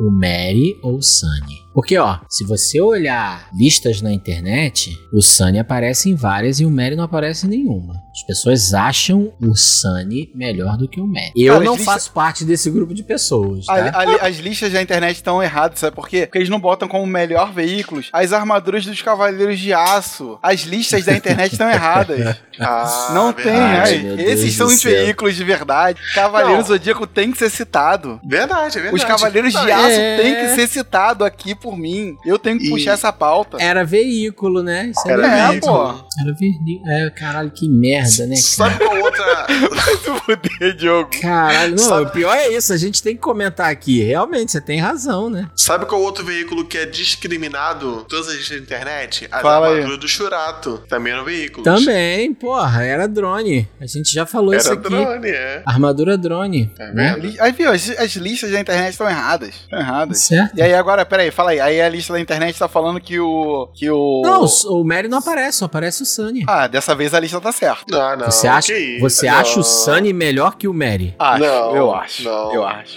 B: O Mary ou o Sunny? Porque, ó, se você olhar listas na internet, o Sunny aparece em várias e o Mary não aparece em nenhuma. As pessoas acham o Sunny melhor do que o Mary. Eu
D: Cara, ah,
B: não
D: as listas-
B: faço parte desse grupo de pessoas,
D: A-
B: tá?
D: a- as listas da internet estão erradas, sabe por quê? Porque eles não botam como melhor veículos as armaduras dos cavaleiros de aço. As listas da internet estão erradas.
C: Ah,
D: não tem,
C: verdade.
B: Ai,
D: ai,
B: meu Deus
D: Esses
B: do
D: são os
B: céu.
D: veículos de verdade. Cavaleiro
C: Não.
D: Zodíaco tem que ser citado.
C: Verdade, é verdade.
D: Os Cavaleiros de
C: Ah,
D: Aço
B: é.
D: tem que ser citado aqui por mim. Eu tenho que
C: E-
D: puxar essa pauta.
B: Era veículo, né? Isso
C: Era
B: veículo.
D: É,
C: mesmo.
D: pô.
B: Era veículo. É, caralho, que merda, né? cara?
C: Sabe qual outra.
D: Se fuder, Diogo.
B: Caralho, não,
C: Sabe-
B: o pior é isso, a gente tem que comentar aqui. Realmente, você tem razão, né?
C: Sabe qual outro veículo que é discriminado em todas as listas da internet? Ah, As
D: Fala aí.
C: armaduras do Churato. Também é um eram veículos.
B: Também, porra, era drone. A gente já falou isso
C: Era
B: aqui.
C: drone, é.
B: Armadura drone. né?
C: Tá vendo?
D: Li- Aí, viu, as, as listas da internet estão erradas. Estão
B: Tá
D: erradas.
B: certo?
D: E aí agora, peraí, fala aí. Aí a lista da internet tá falando que o. que o.
B: Não, o o Mary não aparece, só aparece o Sunny.
D: Ah, dessa vez a lista tá certa.
C: Ah, Não, não.
B: você acha,
C: que isso. é
B: você
C: Não.
B: acha o Sunny melhor que o Mary?
D: Acho,
C: Não,
D: eu acho.
C: não.
D: Eu acho.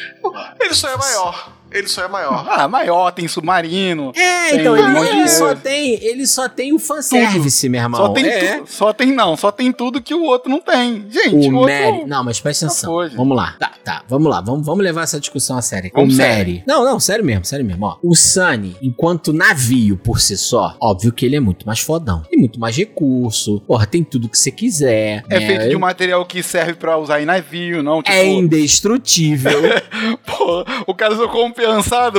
C: Ele só é maior. Ele só é maior.
D: Ah, maior, tem submarino.
B: É,
D: Tem
B: então,
D: um
B: ele,
D: monte
B: ele
D: de
B: só
D: coisa.
B: tem, ele só tem o fanservice, meu irmão.
D: só tem
B: é.
D: tu- Só tem não, só tem tudo que o outro não tem. Gente,
B: O
D: o, outro.
B: Mary. Não, mas presta
D: Já
B: atenção.
D: foi, gente.
B: vamos lá. Tá, tá. Vamos lá. Vamos, vamos levar essa discussão a sério.
D: Vamos
B: o Mary.
D: sério.
B: Não, não, sério mesmo, sério mesmo. Ó, o Sunny, enquanto navio por si só, óbvio que ele é muito mais fodão. Tem muito mais recurso. Porra, tem tudo que você quiser.
D: É
B: né?
D: feito de um material que serve pra usar em navio, não. Tipo,
B: É indestrutível.
D: pô, o cara só compensado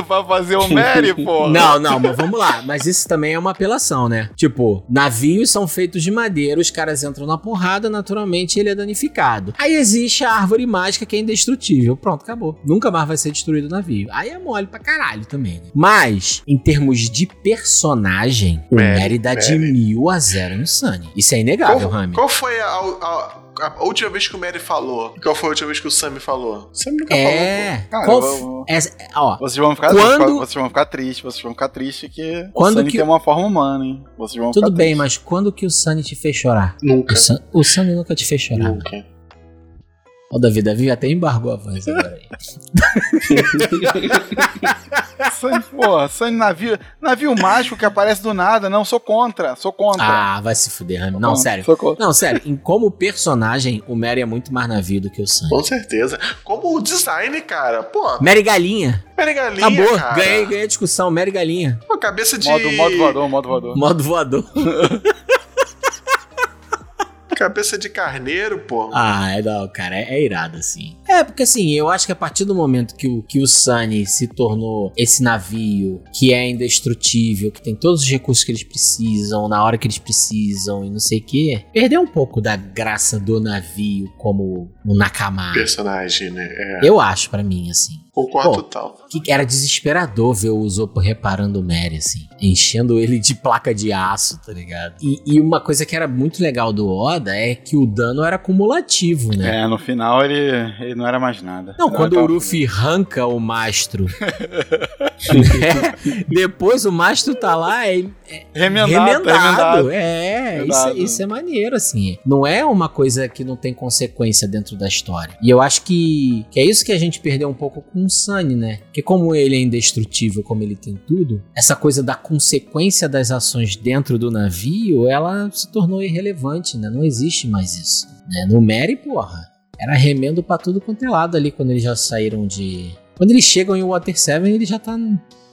D: pra fazer o Mary, pô.
B: Não, não, mas vamos lá. Mas isso também é uma apelação, né? Tipo, navios são feitos de madeira, os caras entram na porrada, naturalmente ele é danificado. Aí existe a árvore mágica que é indestrutível. Pronto, acabou. Nunca mais vai ser destruído o navio. Aí é mole pra caralho também. Né? Mas, em termos de personagem, o
D: É,
C: Mary,
B: Mary dá de
C: Mary.
B: mil a zero no Sunny. Isso é inegável,
C: Qual,
B: Rami.
C: qual foi a, a- a última vez que o Mary falou? Qual foi a última vez que o Sammy falou? O Sammy nunca falou.
B: É.
D: tá Cara,
B: qual
D: eu
B: f-
D: vou-
B: essa- ó,
D: Vocês vão ficar
B: Quando-
D: vocês vão ficar tristes, vocês vão ficar tristes que
B: Quando
D: o Sunny
B: que-
D: tem uma forma humana, hein? Vocês vão
B: tudo
D: ficar
B: bem,
D: tristes.
B: mas quando que o Sunny te fez chorar?
C: pô. tá Nunca.
B: O, Sun, o Sunny nunca te fez chorar.
C: Nunca.
B: O Davi, Davi até embargou a voz agora. aí.
D: Sunny, porra, Sunny navio, navio mágico que aparece do nada, não, sou contra, sou contra.
B: ah, vai se fuder, Rami. Não,
D: Contra,
B: sério.
D: Sou contra.
B: Não, sério, em como personagem, o Mary é muito mais navio do que o Sam.
C: Com certeza. Como o design, cara. Pô,
B: Mary Galinha.
C: Mary Galinha,
B: Acabou.
C: cara.
B: Ganhei, ganhei a discussão. Mary Galinha.
C: Pô, cabeça de...
D: Modo, modo voador, modo voador.
B: Modo voador.
C: Cabeça de carneiro, pô.
B: Ah, é da cara, é, é irado, assim. É, porque assim, eu acho que a partir do momento que o, que o Sunny se tornou esse navio que é indestrutível, que tem todos os recursos que eles precisam, na hora que eles precisam e não sei o quê, perdeu um pouco da graça do navio como um Nakamura.
C: Personagem, né? É.
B: Eu acho, pra mim, assim.
C: Concordo
B: Bom.
C: total.
B: Que era desesperador ver o Usopp reparando o Mary, assim. Enchendo ele de placa de aço, tá ligado? E, e uma coisa que era muito legal do Oda é que o dano era acumulativo, né?
D: É, no final ele, ele não era mais nada. Então,
B: Não,
D: Ele
B: quando
D: tava-
B: o Luffy arranca o mastro, né? depois o mastro tá lá é,
D: remendado,
B: remendado.
D: remendado.
B: É, isso,
D: Remendado.
B: isso é maneiro, assim. Não é uma coisa que não tem consequência dentro da história. E eu acho que, que é isso que a gente perdeu um pouco com o Sunny, né? Porque como ele é indestrutível, como ele tem tudo, essa coisa da consequência das ações dentro do navio, ela se tornou irrelevante, né? Não existe mais isso. Né? No Mary, porra, era remendo pra tudo quanto é lado ali quando eles já saíram de... Quando eles chegam em Water 7, ele já tá...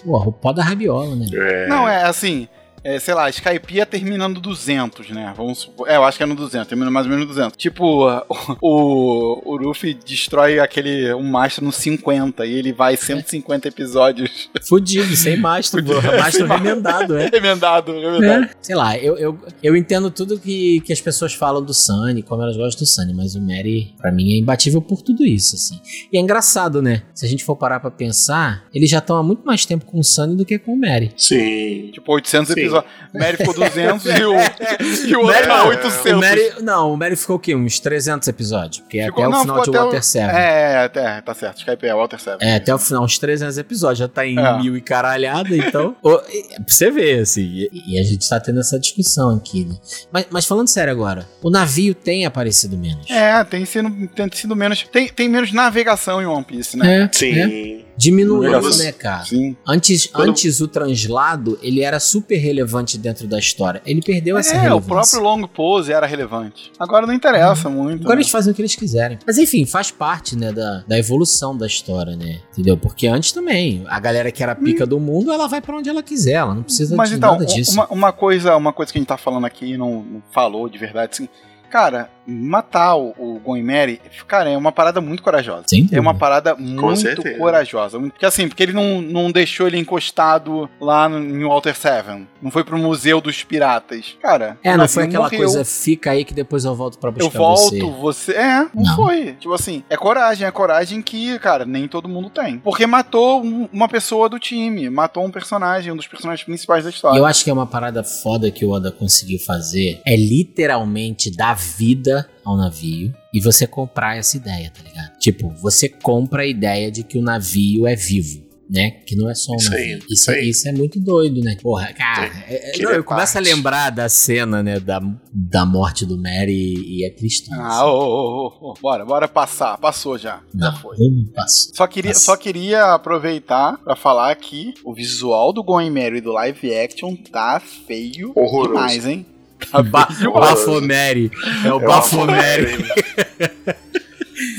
B: Porra, o pó da rabiola, né?
C: É.
D: Não, é assim, é, sei lá, Skypiea terminando 200, né? Vamos supor. É, eu acho que é no 200, termina mais ou menos no 200. Tipo, a- o, o Luffy destrói aquele, um mastro no 50 e ele vai 150 episódios.
B: Fudido, sem mastro, porra. Mastro remendado, é.
D: remendado, remendado.
B: É. Sei lá, eu, eu, eu entendo tudo que, que as pessoas falam do Sunny, como elas gostam do Sunny, mas o Mary, pra mim, é imbatível por tudo isso, assim. E é engraçado, né? Se a gente for parar pra pensar, ele já toma muito mais tempo com o Sunny do que com o Mary.
C: Sim.
D: Tipo, 800
C: Sim.
D: episódios. O Mary ficou 200 e o, e o outro
C: Mary-
D: tá
C: o
D: 800.
B: é, O Mary, não, o Mary ficou o quê? Uns 300 episódios? Porque é
D: Ficou-
B: até o
D: não,
B: final de É.
D: ficou até o-
B: Water 7. É.
D: É, é, é, tá certo. Skypiea, Walter 7.
B: até o final, uns 300 episódios, já tá em
D: É.
B: mil e caralhada, então. Ô, e- é pra você ver, assim. E, e a gente tá tendo essa discussão aqui, né? Mas, mas falando sério agora, o navio tem aparecido menos.
D: É, tem sido, tem sido menos. Tem, tem menos navegação em One Piece, né?
B: É,
C: Sim.
B: diminuiu,
C: Quando você-
B: né, cara?
D: Sim.
B: Antes,
C: Quando-
B: antes o translado, ele era super relevante dentro da história. Ele perdeu essa
D: É, o
B: relevância.
D: próprio Long Pose era relevante. Agora não interessa muito.
B: Uhum. Agora
D: né?
B: eles fazem o que eles quiserem. Mas enfim, faz parte, né, da, da evolução da história, né? Entendeu? Porque antes também, a galera que era pica do mundo, ela vai pra onde ela quiser, ela não precisa
D: Hum. Mas
B: de
D: então,
B: nada disso.
D: uma, uma coisa, uma coisa que a gente tá falando aqui e não, não falou de verdade, assim, cara, matar o, o Goimeri, cara, é uma parada muito corajosa.
B: Sem
D: É
B: dúvida.
D: uma parada muito
C: certeza.
D: corajosa. Porque assim, porque ele não, não deixou ele encostado lá no, em Walter Seven. Não foi pro Museu dos Piratas. Cara,
B: É,
D: o
B: não
D: navio
B: foi aquela
D: morreu,
B: coisa, fica aí que depois eu volto pra
D: Eu
B: buscar você.
D: volto, você. É, não,
B: Não.
D: foi. Tipo assim, é coragem, é coragem que, cara, nem todo mundo tem. Porque matou um- uma pessoa do time, matou um personagem, um dos personagens principais da
B: E
D: história.
B: eu acho que é uma parada foda que o Oda conseguiu fazer. É literalmente dar vida ao navio e você comprar essa ideia, tá ligado? Tipo, você compra a ideia de que o navio é vivo. Né? Que não é só um
C: Isso aí,
B: navio.
C: isso
B: isso,
C: aí.
B: isso é muito doido, né? Porra, cara. é- é-
C: que
B: não,
C: ele é
B: eu começo a
C: parte.
B: lembrar da cena, né? Da, da morte do Mary e, e é tristão.
D: Ah, ô, ô, ô, ô, ô, bora, bora passar. Passou já. Já
B: não,
D: foi.
B: eu não passo.
D: Só queria,
B: Nossa.
D: só queria aproveitar pra falar que o visual do Going Mary do live action tá feio
C: Horroroso.
D: demais, hein?
B: Ba Bafomeri. É o Bafomeri.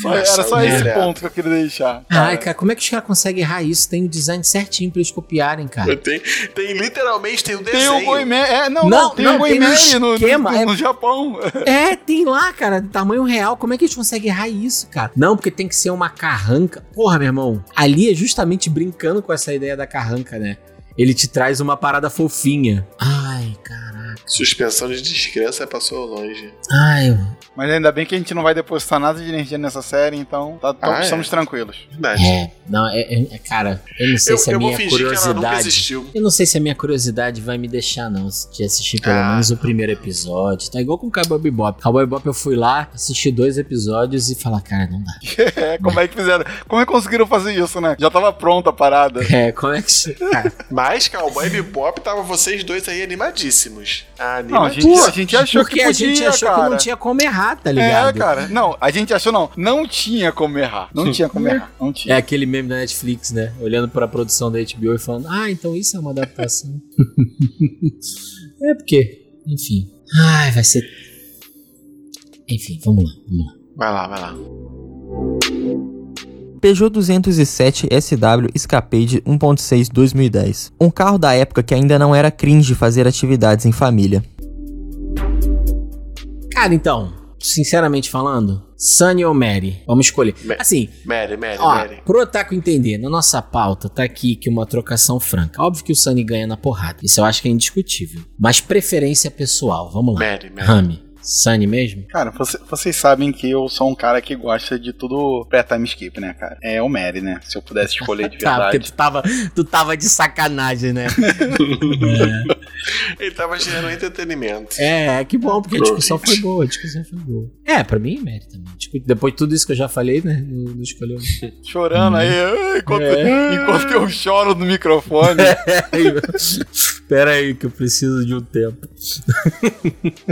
D: Só- era só
C: Nossa,
D: esse
C: direto.
D: ponto que eu queria deixar.
B: Ai, cara, como é que os caras conseguem errar isso? Tem o design certinho pra eles copiarem, cara.
C: Tem, tem literalmente, tem um
D: Tem
C: desenho.
D: o Goimeri. É, não, não,
B: Não,
D: tem
B: não,
D: o Going
B: tem no
D: Mary no,
B: esquema,
D: no-
B: é-
D: no Japão.
B: É, tem lá, cara, de tamanho real. Como é que a gente consegue errar isso, cara? Não, porque tem que ser uma carranca. Porra, meu irmão, ali é justamente brincando com essa ideia da carranca, né? Ele te traz uma parada fofinha. Ai, cara.
C: Suspensão de descrença passou longe.
B: Ai,
D: Mas ainda bem que a gente não vai depositar nada de energia nessa série, então tá- tá-
C: Ah, é?
D: estamos tranquilos.
C: Verdade.
B: é. Não, é, é- é, cara, eu não sei
C: eu
B: se a
C: eu vou
B: minha
C: fingir que ela nunca
B: curiosidade.
C: existiu.
B: Eu não sei se a minha curiosidade vai me deixar, não, de assistir pelo
C: Ah.
B: menos o primeiro episódio. Tá igual com o Cowboy Bebop. Cowboy Bebop eu fui lá, assisti dois episódios e falar, cara, não dá.
D: É, como é que fizeram? Como é que conseguiram fazer isso, né? Já tava pronta a parada.
B: É, como é que... Cara,
C: Mas Cowboy Bebop tava vocês dois aí animadíssimos.
D: Não, a
C: Animadíssimos.
D: gente, a gente achou
B: Porque
D: que podia,
B: a gente achou
D: cara.
B: que não tinha como errar, tá ligado?
D: É, cara. Não, a gente achou não. Não tinha como errar. Não tinha como errar. Não
B: É
D: tinha.
B: aquele meme da Netflix, né? Olhando pra produção da HBO e falando, ah, então isso é uma adaptação. é porque, enfim. Ai, vai ser. Enfim, vamos lá, vamos lá.
C: Vai lá, vai lá.
G: Peugeot 207 SW Escapade 1.6 2010. Um carro da época que ainda não era cringe fazer atividades em família.
B: Cara, então, sinceramente falando, Sunny ou Mary? Vamos escolher.
C: Ma-
B: Assim,
C: Mary, Mary,
D: Ah.
B: Ó,
C: Mary.
B: pro Otaku entender, na nossa pauta tá aqui que uma trocação franca. Óbvio que o Sunny ganha na porrada. Isso eu acho que é indiscutível. Mas preferência pessoal, vamos lá.
C: Mary, Mary.
B: Rami, Sunny mesmo?
D: Cara, você- vocês sabem que eu sou um cara que gosta de tudo pré-time skip, né, cara? É o Mary, né? Se eu pudesse escolher de
B: Tá, porque
D: verdade.
B: tu tava, tu tava de sacanagem, né?
C: Ele tava gerando entretenimento.
B: É, que bom, porque a discussão foi boa, a discussão foi boa. É, pra mim é mérito também. Tipo, Depois de tudo isso que eu já falei, né? Não não escolheu.
D: Chorando aí, ah, enquanto, enquanto eu choro no microfone.
B: Pera aí, que eu preciso de um tempo.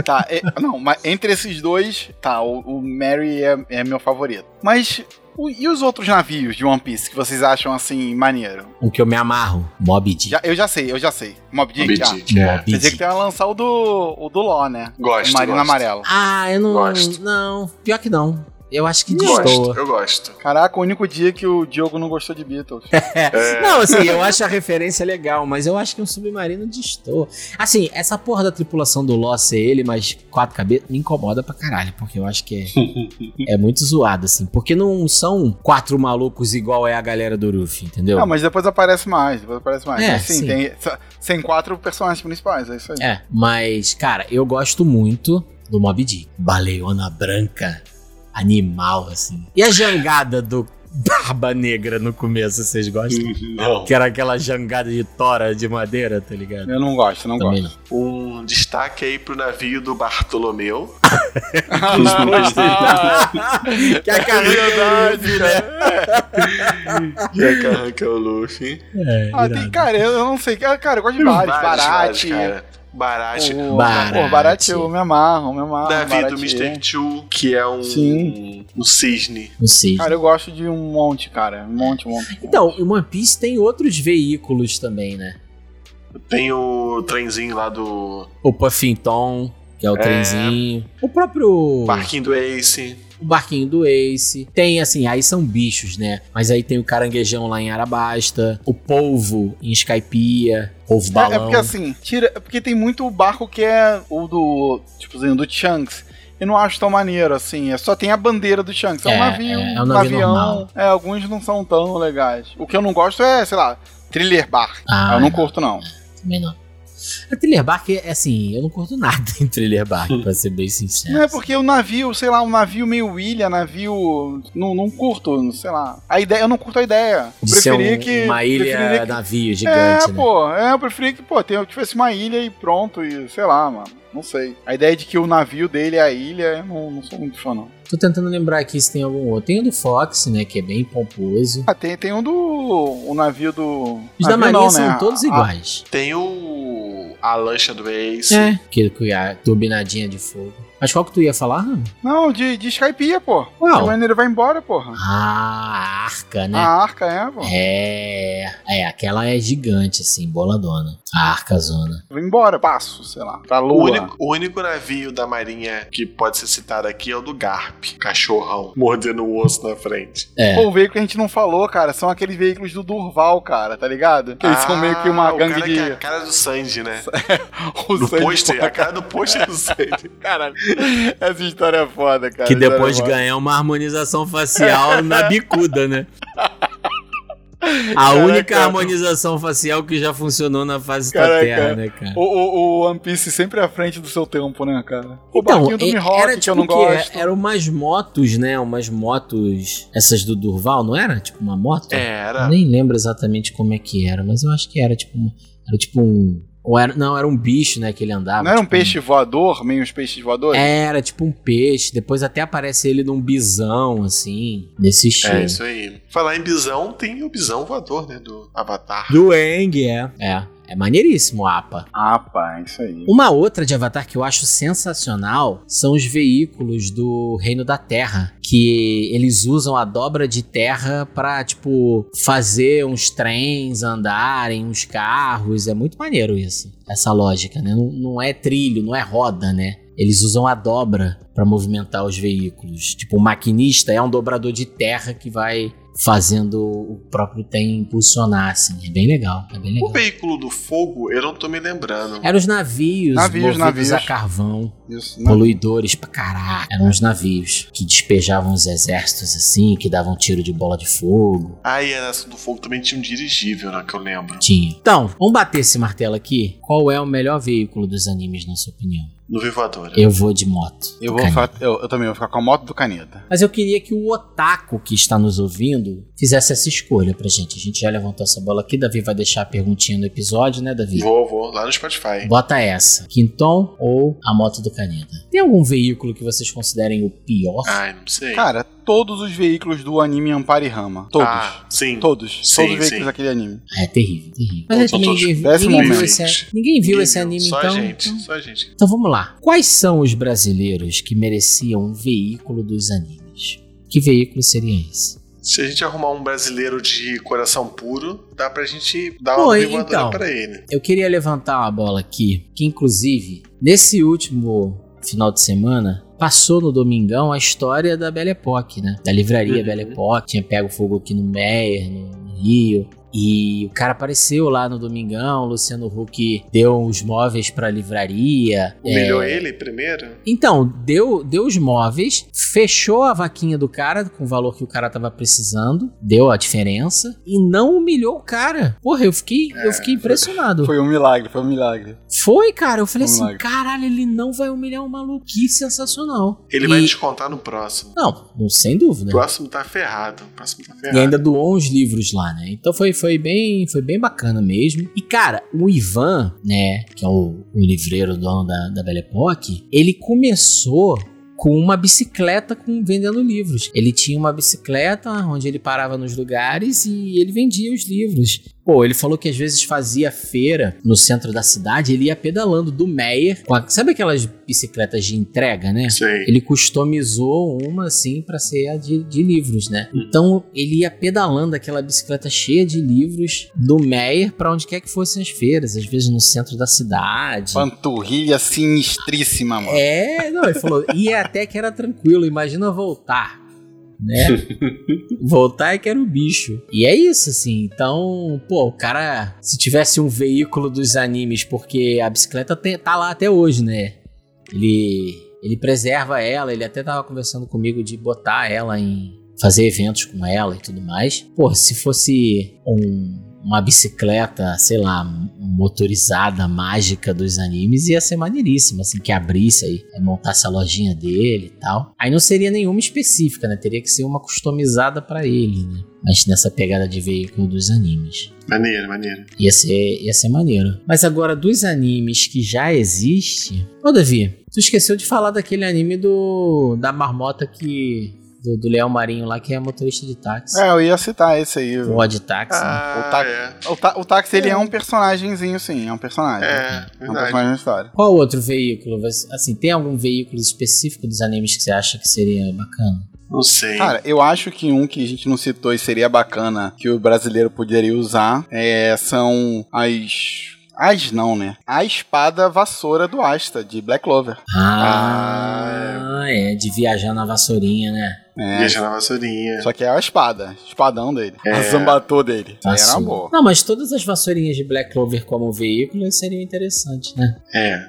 D: Tá, é- não, mas entre esses dois, tá, o, o Mary é, é meu favorito. Mas o- e os outros navios de One Piece que vocês acham assim maneiro?
B: O que eu me amarro? Mob Dick.
D: Já, eu já sei, eu já sei. Mob Dick,
C: Moby
D: já.
C: Dick.
B: Mob
D: Pensei que
B: Dick.
D: tu ia lançar o do, o do Ló, né?
C: Gosto,
D: o Marino
C: gosto.
D: Amarelo.
B: Ah, eu não.
C: Gosto.
B: Não, pior que não. Eu acho que
C: Gosto,
B: destoa.
C: eu gosto.
D: Caraca, o único dia que o Diogo não gostou de Beatles.
C: É.
B: Não, assim, eu acho a referência legal, mas eu acho que um submarino destoa. Assim, essa porra da tripulação do Lost ser ele, mas quatro cabeças, me incomoda pra caralho, porque eu acho que é, é muito zoado, assim. Porque não são quatro malucos igual é a galera do Ruffy, entendeu?
D: não, mas depois aparece mais, depois aparece mais.
B: É,
D: Mas, sim,
B: sim.
D: Tem, tem quatro personagens principais, é isso aí.
B: É, mas, cara, eu gosto muito do Mob Dick. Baleona branca, animal, assim. E a jangada do Barba Negra no começo, vocês gostam?
C: Não.
B: Que era aquela jangada de tora de madeira, tá ligado?
D: Eu não gosto, não
B: Também
D: gosto.
B: não.
C: Um destaque aí pro navio do Bartolomeu.
D: Ah,
B: que a
D: é Verdade, né? cara.
C: E a carranca é o Luffy.
B: É,
D: Ah, tem, cara, eu não sei. Cara, eu gosto de vários. Uhum.
C: Vários, vários,
D: Barate.
C: cara. Barate.
D: O,
B: Barate.
D: Barate. Barate, eu me amarro, me amarro.
C: Davi do
D: Barate.
C: Mr. Two, que é um,
D: Ah, Sim.
C: um cisne.
B: Não sei.
D: Cara, eu gosto de um monte, cara. Um monte, um monte.
B: Então, o One Piece tem outros veículos também, né?
C: Tem o trenzinho lá do
B: O Puffington, que é o
C: É.
B: trenzinho. O próprio
C: Parquinho do Ace.
B: o barquinho do Ace. Tem, assim, aí são bichos, né? Mas aí tem o caranguejão lá em Arabasta. O polvo em Skypiea. Polvo
D: É,
B: balão.
D: é porque assim, tira. É porque tem muito barco que é o do. Tipo assim, do Chunks. Eu não acho tão maneiro, assim. É só tem a bandeira do Chunks. É,
B: É,
D: um navio,
B: é, é um
D: um,
B: navio
D: avião.
B: normal.
D: É, alguns não são tão legais. O que eu não gosto é, sei lá, thriller bar.
B: Ah,
D: eu não curto, não.
B: Também não. A Thriller Bark é assim, eu não curto nada em Thriller Bark, pra ser bem sincero.
D: Não é porque o navio, sei lá, um navio meio ilha, navio. Não, não curto, sei lá. A ideia, eu não curto a ideia. Eu
B: De ser
D: preferia
B: um-
D: que.
B: uma ilha
D: preferia que-
B: navio gigante,
D: é,
B: né?
D: pô, é, eu preferia que, pô, tenha- tivesse uma ilha e pronto, e sei lá, mano. Não sei. A ideia de que o navio dele é a ilha, eu não, não sou muito fã, não.
B: Tô tentando lembrar aqui se tem algum outro. Tem o do Fox, né, que é bem pomposo.
D: Ah, tem, tem um do. O navio do.
B: Os da
D: navio
B: Marinha
D: não,
B: são
D: né?
B: todos
D: A-
B: iguais.
C: Tem o. A lancha do Ace.
B: É. Que, que a turbinadinha de fogo. Mas qual que tu ia falar, Rami?
D: Não, de, de Skypiea, pô.
B: Uau.
D: O Renner vai embora, porra.
B: Ah, a arca, né?
D: A arca é, pô.
B: É, é, aquela é gigante, assim, boladona. A arcazona.
D: Vai embora, passo, sei lá. Pra
C: O
D: lua.
C: único, o único navio da marinha que pode ser citado aqui é o do Garp, cachorrão, mordendo o osso na frente.
B: É.
D: Pô, o veículo que a gente não falou, cara, são aqueles veículos do Durval, cara, tá ligado? Que eles são meio que uma
C: Ah, o
D: gangue
C: cara
D: de.
C: que é a cara do Sanji, né?
D: Os
C: Do
D: Sandy
C: pôster,
D: Porra.
C: a cara do pôster do Sanji. Caralho.
D: Essa história é foda, cara.
B: Que
D: essa história
B: depois
D: é foda.
B: ganha uma harmonização facial na bicuda, né? A
D: Caraca.
B: única harmonização facial que já funcionou na face da
D: Caraca.
B: Terra, né, cara?
D: O, o, o One Piece sempre à frente do seu tempo, né, cara? O barquinho do
B: é-
D: Mihawk, que eu não
B: o quê?
D: gosto.
B: Eram umas motos, né? Umas motos. Essas do Durval, não era? Tipo uma moto?
D: É,
C: Era.
B: Nem lembro exatamente como é que era, mas eu acho que era tipo, uma- era tipo um. Ou era, não, era um bicho, né? Que ele andava.
D: Não era um
B: tipo,
D: peixe voador, meio uns peixes voadores?
B: Era tipo um peixe. Depois até aparece ele num bisão, assim. Nesse estilo.
C: É isso aí. Falar em bisão, tem o bisão voador, né? Do Avatar.
B: Do Eng, é. É. É maneiríssimo o APA.
D: Ah, pá, isso aí.
B: Uma outra de Avatar que eu acho sensacional são os veículos do Reino da Terra, que eles usam a dobra de terra pra, tipo, fazer uns trens andarem, uns carros. É muito maneiro isso, essa lógica, né? Não, não é trilho, não é roda, né? Eles usam a dobra pra movimentar os veículos. Tipo, o maquinista é um dobrador de terra que vai fazendo o próprio trem funcionar, assim. É bem legal, é bem
C: O
B: legal.
C: veículo do fogo, eu não tô me lembrando.
B: Eram os navios,
D: Navios,
B: movidos
D: navios.
B: a carvão,
D: Isso, né?
B: poluidores pra caraca. Eram os navios que despejavam os exércitos assim, que davam tiro de bola de fogo.
C: Ah, e essa do fogo também tinha um dirigível, né? Que eu lembro.
B: Tinha. Então, vamos bater esse martelo aqui. Qual é o melhor veículo dos animes, na sua opinião?
C: No Vivoador.
B: Eu vou de moto.
D: Eu, vou
B: Caneta.
D: fa- eu, eu também vou ficar com a moto do Caneta.
B: Mas eu queria que o otaku que está nos ouvindo fizesse essa escolha pra gente. A gente já levantou essa bola aqui. Davi vai deixar a perguntinha no episódio, né, Davi?
C: Vou, vou. Lá no Spotify.
B: Bota essa. Quinton ou a moto do Caneta? Tem algum veículo que vocês considerem o pior?
D: Ah,
C: Ai, não sei.
D: Cara, todos os veículos do anime Ampari Rama. Todos.
C: Ah, sim.
D: Todos.
C: Sim,
D: todos os veículos
C: sim.
D: daquele anime.
B: É terrível, terrível. Mas aí
C: São
B: também
C: todos
B: ninguém,
D: péssimos
B: ninguém viu
C: animes.
B: esse, ninguém viu esse anime,
C: Só
B: então.
C: gente, só gente.
B: Então vamos lá. Quais são os brasileiros que mereciam um veículo dos animes? Que veículo seria esse?
C: Se a gente arrumar um brasileiro de coração puro, dá pra gente dar
B: Pô,
C: uma
B: então.
C: voadora pra ele.
B: Eu queria levantar uma bola aqui, que inclusive, nesse último final de semana, passou no Domingão a história da Belle Époque, né? Da livraria
C: Uhum.
B: Belle Époque, tinha pego fogo aqui no Meyer, no, no Rio. E o cara apareceu lá no Domingão, o Luciano Huck deu os móveis pra livraria. é,
C: Humilhou ele primeiro?
B: Então, deu, deu os móveis, fechou a vaquinha do cara com o valor que o cara tava precisando, deu a diferença e não humilhou o cara. Porra, eu fiquei, eu fiquei impressionado. Foi,
D: Foi um milagre, foi um milagre.
B: cara. Eu falei
D: Foi um
B: assim,
D: milagre.
B: caralho, ele não vai humilhar um maluco. Que sensacional.
C: Ele
B: E- É.
C: vai descontar no próximo.
B: Não, não, sem
C: O
B: dúvida.
C: próximo tá ferrado. O próximo tá ferrado.
B: E ainda doou uns livros lá, né? Então foi, foi, bem, foi bem bacana mesmo. E, cara, o Ivan, né? Que é o, o livreiro dono da, da Belle Époque, ele começou com uma bicicleta com, vendendo livros. Ele tinha uma bicicleta onde ele parava nos lugares e ele vendia os livros. Pô, ele falou que às vezes fazia feira no centro da cidade, ele ia pedalando do Meyer. com a- sabe aquelas bicicletas de entrega, né?
C: Sei.
B: Ele customizou uma assim pra ser a de, de livros, né? Então ele ia pedalando aquela bicicleta cheia de livros do Meyer pra onde quer que fossem as feiras, às vezes no centro da cidade.
D: Panturrilha sinistríssima, mano.
B: É, não, ele falou, ia até que era tranquilo, imagina voltar. Né? Voltar é que era o bicho. E é isso, assim. Então, pô, o cara, se tivesse um veículo dos animes, porque a bicicleta te- tá lá até hoje, né? Ele, ele preserva ela, ele até tava conversando comigo de botar ela em. fazer eventos com ela e tudo mais. Pô, se fosse um- uma bicicleta, sei lá, motorizada, mágica dos animes, ia ser maneiríssima, assim, que abrisse aí, aí montasse a lojinha dele e tal. Aí não seria nenhuma específica, né? Teria que ser uma customizada pra ele, né? Mas nessa pegada de veículo dos animes.
C: Maneiro, maneiro.
B: Ia ser, ia ser maneiro. Mas agora, dos animes que já existe. Ô, Davi, tu esqueceu de falar daquele anime do. da marmota que. do, do Leão Marinho lá, que é motorista de táxi.
D: É, eu ia citar esse aí.
B: Ou é de táxi. né?
C: Ah,
D: O taco-
C: é.
D: O, ta- o táxi, ele é um personagemzinho, sim. É um personagem.
C: É,
D: É um
C: verdade.
D: personagem da história.
B: Qual outro veículo? Você- Assim, tem algum veículo específico dos animes que você acha que seria bacana?
C: Não sei.
D: Cara, eu acho que um que a gente não citou e seria bacana que o brasileiro poderia usar é, são as. As não, né? A espada vassoura do Asta, de Black Clover.
B: Ah, é, de viajar na vassourinha, né?
D: É.
C: Viajar na vassourinha.
D: Só que é a espada, espadão dele.
C: É.
D: A zambatô dele. Era
B: Vassoura.
D: uma boa.
B: Não, mas todas as vassourinhas de Black Clover como veículo seriam interessantes, né?
C: É.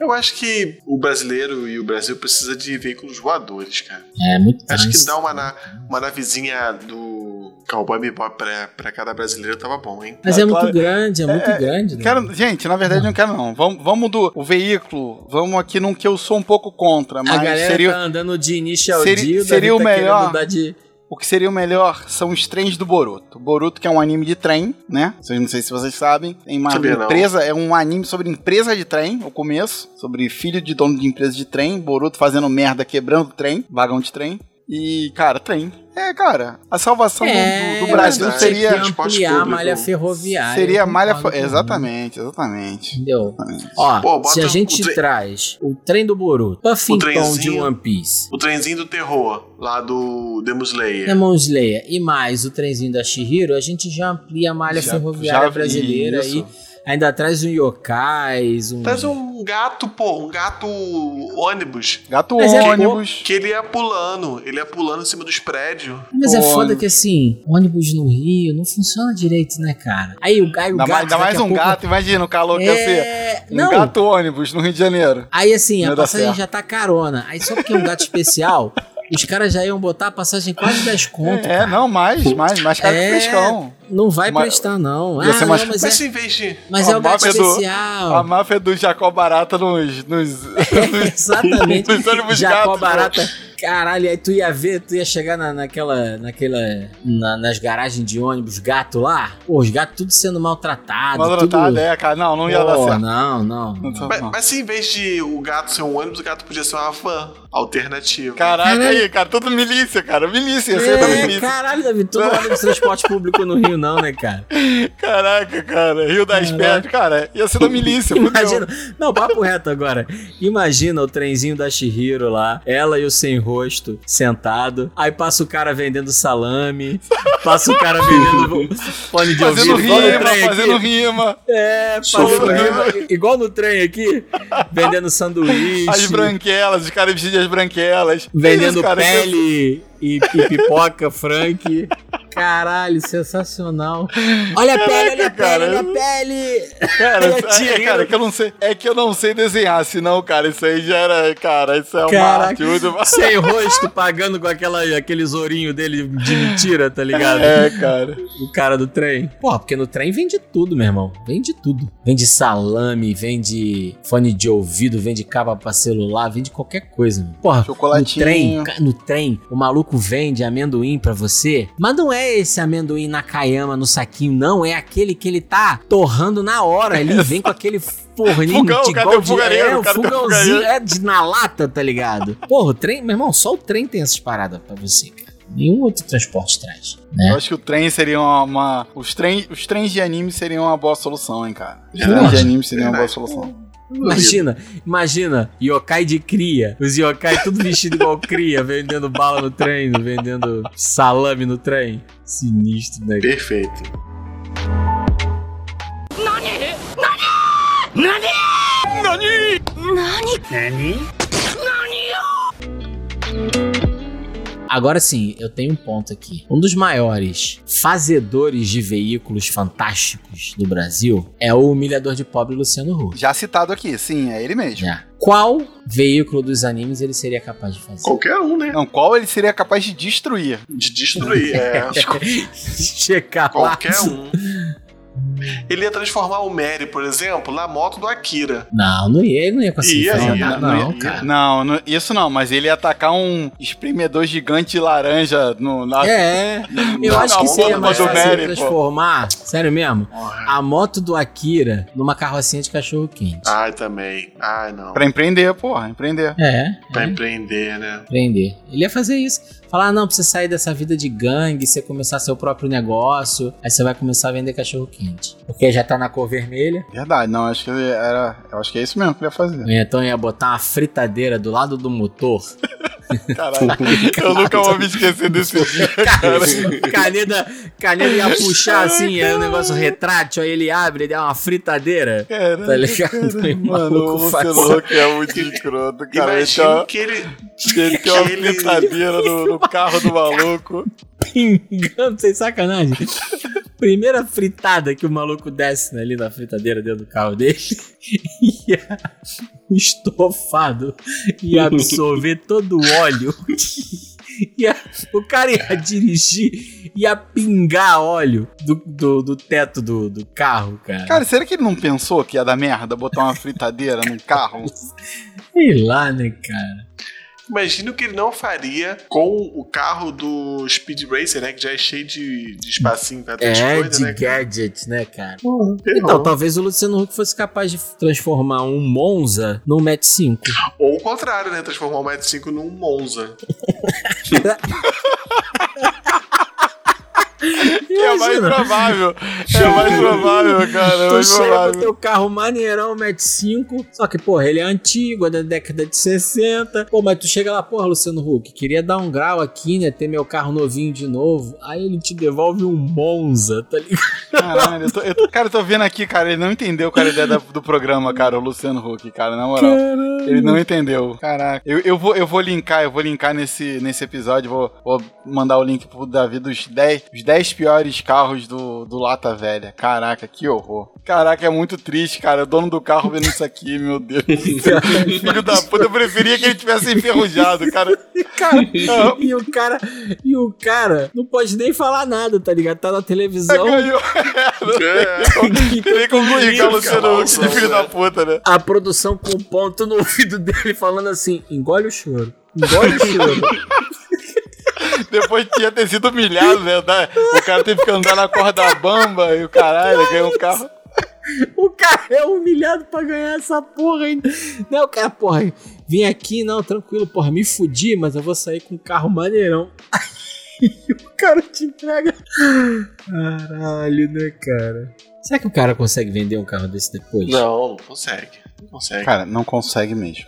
C: Eu acho que o brasileiro e o Brasil precisa de veículos voadores, cara.
B: É, muito
C: Acho que
B: trans.
C: dar uma, na, uma navezinha do Cowboy Bebop pra, pra cada brasileiro tava bom, hein?
B: Mas
D: Ah,
B: é muito
D: claro.
B: grande, é muito grande. né?
D: Quero, gente, na verdade não quero não. Vamos, vamos do o veículo, vamos aqui num que eu sou um pouco contra,
B: a
D: mas
B: galera
D: seria,
B: tá andando de Initial
D: seria-
B: D,
D: seria
B: Davi
D: o
B: tá querendo
D: melhor.
B: dar de-
D: o que seria o melhor são os trens do Boruto. O Boruto que é um anime de trem, né? Vocês- Não sei se vocês sabem. Tem uma
C: Sabia não.
D: empresa, é um anime sobre empresa de trem, o começo, sobre filho de dono de empresa de trem, Boruto fazendo merda, quebrando trem, vagão de trem. E, cara, trem. É, cara, a salvação do- do,
B: É,
D: do Brasil
B: verdade.
D: seria
B: Tem que
C: transporte
B: ampliar a
C: público.
B: malha ferroviária.
D: seria
B: eu
D: a malha,
B: concordo
D: fa-
B: com
D: exatamente, exatamente.
B: ele, Entendeu?
D: exatamente.
B: Ó,
C: Pô, bota
B: se a gente
C: o tre-
B: traz o trem do Boruto, Puffington de
C: trenzinho.
B: One Piece, né,
C: O trenzinho do terror, lá do Demon Slayer.
B: Demon Slayer e mais o trenzinho da Shihiro, a gente já amplia a malha
D: Já-
B: ferroviária
D: já vi
B: brasileira
D: isso.
B: aí. Ainda traz um yokais, um...
C: Traz um gato, pô, um gato ônibus.
D: Gato
B: Mas é
D: ônibus.
C: Que ele ia pulando, ele ia pulando em cima dos prédios.
B: Mas é
D: Ô,
B: foda
D: ônibus.
B: que assim, ônibus no Rio não funciona direito, né, cara? Aí o, aí o
D: Ainda
B: gato.
D: mais, ainda
B: daqui
D: mais
B: a
D: um
B: pouco-
D: gato, imagina o calor que ia ser.
B: É...
D: Um
B: Não,
D: gato ônibus no Rio de Janeiro.
B: Aí assim,
D: Não
B: a
D: dá
B: passagem
D: certo.
B: já tá carona. Aí só porque é um gato especial, os caras já iam botar a passagem quase 10 conto.
D: É,
B: cara.
D: não, mais, mais, mais caro
B: É.
D: que frescão.
B: Não vai
D: Mas-
B: prestar, não. Ah,
D: Ia ser
B: não,
D: mais-
B: mas,
C: Mas
B: é,
C: se investe.
B: mas é
D: a
B: o gato
D: máfia do- A
B: especial.
D: máfia do Jacó Barata nos. nos, nos-
B: Exatamente.
D: Os ônibus
B: Jacó
D: gatos, né?
B: barata. Caralho, aí tu ia ver, tu ia chegar na- naquela. naquela. na- nas garagens de ônibus gato lá. Pô, os gatos tudo sendo maltratados.
D: Maltratada,
B: tudo...
D: é, cara. Não, não ia dar
B: Pô,
D: certo.
B: não, Ah, não.
D: Não dá
C: Mas,
D: certo, não.
C: mas se em vez de o gato ser um ônibus, o gato podia ser uma van alternativa.
D: Caraca, aí, cara, tudo milícia, cara. Milícia, ia ser da
B: É,
D: milícia.
B: caralho, Davi, tu não olha no transporte público no Rio, não, né, cara?
D: Caraca, cara. Rio das Pedras, cara, ia ser da milícia. fudeu.
B: Imagina, não, papo reto agora. Imagina o trenzinho da Shihiro lá, ela e o sem rosto sentado. Aí passa o cara vendendo salame, passa o cara vendendo fone de
D: Fazendo
B: ouvido. igual no
D: rima,
B: trem aqui.
D: fazendo rima.
B: É, fazendo rima, igual no trem aqui, vendendo sanduíche,
D: As branquelas, os caras vestidos de as branquelas. Que
B: vendendo
D: isso, cara, que-
B: pele e, e pipoca, Frank. Caralho, sensacional. Olha a pele, olha a pele,
D: cara,
B: olha a
D: eu-
B: pele.
D: Cara,
B: Ele
D: é,
B: atira.
D: cara, que eu não sei. É que eu não sei desenhar, senão, cara, isso aí já era. Cara, isso é uma
B: Caraca.
D: arte muito.
B: Sem rosto, pagando com aquela, aquele zorinho dele de mentira, tá ligado?
D: É, cara.
B: O cara do trem. Porra, porque no trem vende tudo, meu irmão. Vende tudo. Vende salame, vende fone de ouvido, vende capa pra celular, vende qualquer coisa. Meu. Porra, no
D: Chocolatinho.
B: trem, ca- no trem, o maluco vende amendoim pra você. Mas não é é esse amendoim Nakayama no saquinho, não. É aquele que ele tá torrando na hora ali. Vem com aquele forninho
D: Fogão,
B: de
D: cadê
B: igual
D: o fogareiro?
B: de, é, o
D: Cadê o
B: fogãozinho
D: fogareiro?
B: é de, na lata, tá ligado? Porra, o trem, meu irmão, só o trem tem essas paradas pra você, cara. Nenhum outro transporte traz, né?
D: Eu acho que o trem seria uma. uma- os, trem, os trens de anime seriam uma boa solução, hein, cara. Os
C: Eu
D: trens de
C: acho,
D: anime seriam uma boa
C: verdade.
D: solução.
B: Imagina, imagina, yokai de cria. Os yokai tudo vestido igual cria, vendendo bala no trem, vendendo salame no trem. Sinistro, né?
C: Perfeito.
B: Agora sim, eu tenho um ponto aqui. Um dos maiores fazedores de veículos fantásticos do Brasil é o humilhador de pobre Luciano Huck.
D: Já citado aqui, sim, é ele mesmo.
B: Já. Qual veículo dos animes ele seria capaz de fazer?
C: Qualquer um, né?
D: Não, qual ele seria capaz de destruir?
C: De destruir. É.
B: Checar lá.
C: Qualquer um. Ele ia transformar o Mary, por exemplo, na moto do Akira.
B: Não, não ia, ele não ia conseguir
C: Ia,
B: fazer
C: ia,
B: nada.
C: não
B: Não,
C: ia, ia.
B: cara.
D: Não, não- isso não, mas ele ia atacar um espremedor gigante de laranja no, na.
B: É, eu
D: Não,
B: acho
D: não,
B: que seria mais
D: vamos do
B: fácil
D: Mary, pô.
B: transformar, sério mesmo,
C: Ai,
B: a moto do Akira numa carrocinha de cachorro quente.
C: Ai, também. Ai, não.
D: Pra empreender, porra, empreender.
B: É,
C: Pra
B: é.
C: empreender, né?
B: Prender. Ele ia fazer isso. Falar, não, pra você sair dessa vida de gangue, você começar seu próprio negócio, aí você vai começar a vender cachorro quente. Porque já tá na cor vermelha.
D: Verdade, não, acho que ele era. Eu acho que é isso mesmo que ele ia fazer.
B: Então ia botar uma fritadeira do lado do motor.
D: Caralho, eu nunca vou me esquecer desse dia, cara.
B: caneta, caneta ia puxar assim, aí o negócio retrátil, aí ele abre, ele dá uma fritadeira.
D: É.
B: Tá ligado? E o
D: Mano, o
B: maluco
D: Luciano
B: faz-
D: Huck é muito escroto, cara. Ele tem
C: Imagina
D: uma,
C: que ele.
D: ele tem uma
C: que ele-
D: fritadeira no, no carro do maluco.
B: pingando, sem sacanagem. Primeira fritada que o maluco desce né, ali na fritadeira dentro do carro dele, ia, o estofado ia absorver todo o óleo. Ia, o cara ia dirigir, ia pingar óleo do, do, do teto do, do carro, cara.
D: Cara, será que ele não pensou que ia dar merda botar uma fritadeira num carro?
B: Sei lá, né, cara?
C: Imagina o que ele não faria com o carro do Speed Racer, né? Que já é cheio de, de espacinho pra trás
B: É
C: coisa,
B: de
C: né?
B: gadget, né, cara?
C: Porra,
B: Então,
C: terror.
B: talvez o Luciano Huck fosse capaz de transformar um Monza num Match 5.
C: Ou o contrário, né? Transformar o Mate 5 num Monza.
D: Que é mais
B: Imagina.
D: provável. É mais provável, cara. É
B: Tu
D: mais
B: chega com
D: provável.
B: teu carro maneirão, mete 5. Só que, porra, ele é antigo, é da década de 60. Pô, mas tu chega lá, porra, Luciano Huck, queria dar um grau aqui, né? Ter meu carro novinho de novo. Aí ele te devolve um Monza, tá ligado?
D: Caralho, eu tô, eu tô- cara, eu tô vendo aqui, cara, ele não entendeu qual era a ideia da- do programa, cara, o Luciano Huck, cara, na moral. Ele não entendeu. Caraca. Eu, eu, vou, eu vou linkar, eu vou linkar nesse, nesse episódio, vou, vou mandar o link pro Davi dos 10, os 10 piores carros do, do Lata Velha. Caraca, que horror. Caraca, é muito triste, cara. O dono do carro vendo isso aqui, meu Deus. do céu. Filho da puta, eu preferia que ele tivesse enferrujado, cara.
B: Cara, e o cara, e o cara não pode nem falar nada, tá ligado? Tá na televisão.
D: Ganhou.
C: É.
D: Queria concluir com o Luciano Huck de filho da puta, né?
B: A produção com um ponto no ouvido dele falando assim: engole o choro. Engole o choro.
D: Depois tinha ter sido humilhado, né? Da- O cara teve que andar na corda bamba e o caralho, ganhou um carro.
B: O cara é humilhado pra ganhar essa porra ainda. Não, o cara, porra, vim aqui, não, tranquilo, porra, me fudi, mas eu vou sair com um carro maneirão. E o cara te entrega. Caralho, né, cara? Será que o cara consegue vender um carro desse depois?
C: Não, não consegue. Não consegue.
D: Cara, não consegue mesmo.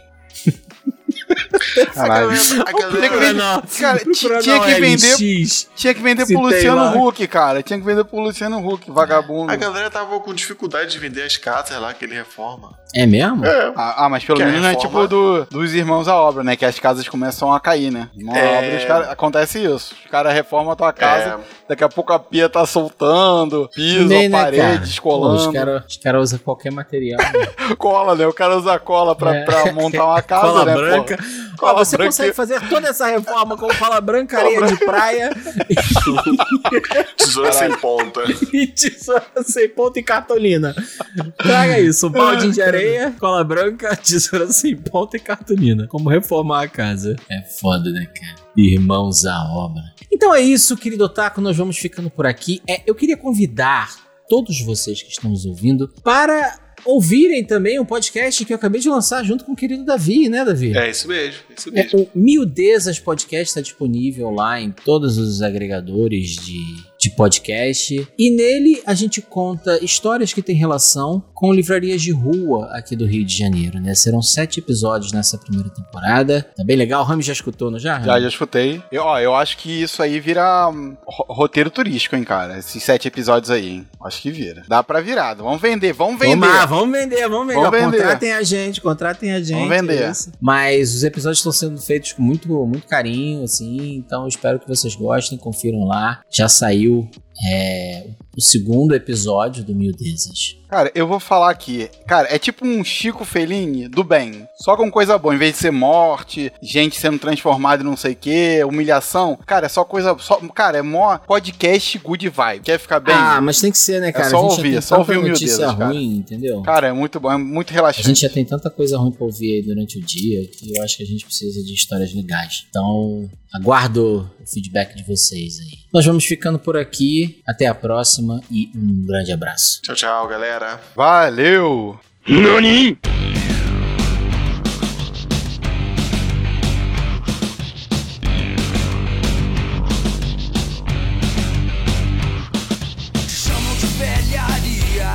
D: Caralho.
C: A galera,
B: Procura na-
D: Cara, ti-
B: procura
D: tinha
B: na
D: que
B: OLX.
D: Tinha que vender
B: Se
D: pro
B: tem lá.
D: Luciano Huck, cara. Tinha que vender pro Luciano Huck, vagabundo.
C: a galera tava com dificuldade de vender as casas lá que ele reforma.
B: É mesmo?
C: É.
D: Ah, ah, mas pelo
C: Quer
D: menos não é
C: reforma?
D: tipo do, dos irmãos à obra, né? Que as casas começam a cair, né? Irmão à
C: É.
D: obra, os cara, acontece isso. Os caras reformam a tua casa, daqui a pouco a pia tá soltando, piso,
B: É. Nem, né,
D: parede,
B: cara? Pô,
D: descolando.
B: Os caras cara usam qualquer material. né?
D: Cola, né? O cara usa cola pra,
B: É.
D: pra montar uma casa,
B: cola
D: né? pô?
B: branca. Ó,
D: Fala
B: você
D: branca.
B: consegue fazer toda essa reforma com fala branca, areia de praia
C: Tesoura sem ponta.
B: e tesoura sem ponta e cartolina. Traga isso, um balde de areia, cola branca, tesoura sem ponta e cartolina. Como reformar a casa. É foda, né, cara? Irmãos à obra. Então é isso, querido Otaku, nós vamos ficando por aqui. É, eu queria convidar todos vocês que estão nos ouvindo para ouvirem também um podcast que eu acabei de lançar junto com o querido Davi, né, Davi?
C: É isso mesmo, é isso
B: É,
C: mesmo.
B: o Miudezas Podcast está disponível lá em todos os agregadores de, de podcast. E nele a gente conta histórias que têm relação com livrarias de rua aqui do Rio de Janeiro, né? Serão sete episódios nessa primeira temporada. Tá bem legal? O Rami já escutou, não já? Rami?
D: Já, já escutei. Eu, ó, eu acho que isso aí vira hum, ro- roteiro turístico, hein, cara? Esses sete episódios aí, hein? Acho que vira. Dá pra virar. Vamos vender, vamos vender.
B: Vamos lá, vamos vender, vamos vender.
D: Vamos vender.
B: Contratem a gente, contratem a gente.
D: Vamos vender.
B: é isso. Mas os episódios estão sendo feitos com muito, muito carinho, assim. Então eu espero que vocês gostem, confiram lá. Já saiu é, o segundo episódio do Miudezas.
D: Cara, eu vou falar aqui. Cara, é tipo um Chico Fellini do bem. Só com coisa boa. Em vez de ser morte, gente sendo transformada em não sei o quê, humilhação. Cara, é só coisa. Só, cara, é mó podcast good vibe. Quer ficar bem?
B: ah, mas tem que ser, né, cara?
D: só
B: a gente
D: ouvir,
B: já tem
D: é só
B: tanta
D: ouvir o
B: notícia
D: Miudezas, cara.
B: ruim, entendeu?
D: Cara, é muito bom, é muito
B: A
D: relaxante.
B: gente já tem tanta coisa ruim pra ouvir aí durante o dia que eu acho que a gente precisa de histórias legais. Então, aguardo o feedback de vocês aí. Nós vamos ficando por aqui. Até a próxima e um grande abraço.
C: Tchau, tchau, galera.
D: Valeu!
A: 何
H: chamam de velharia.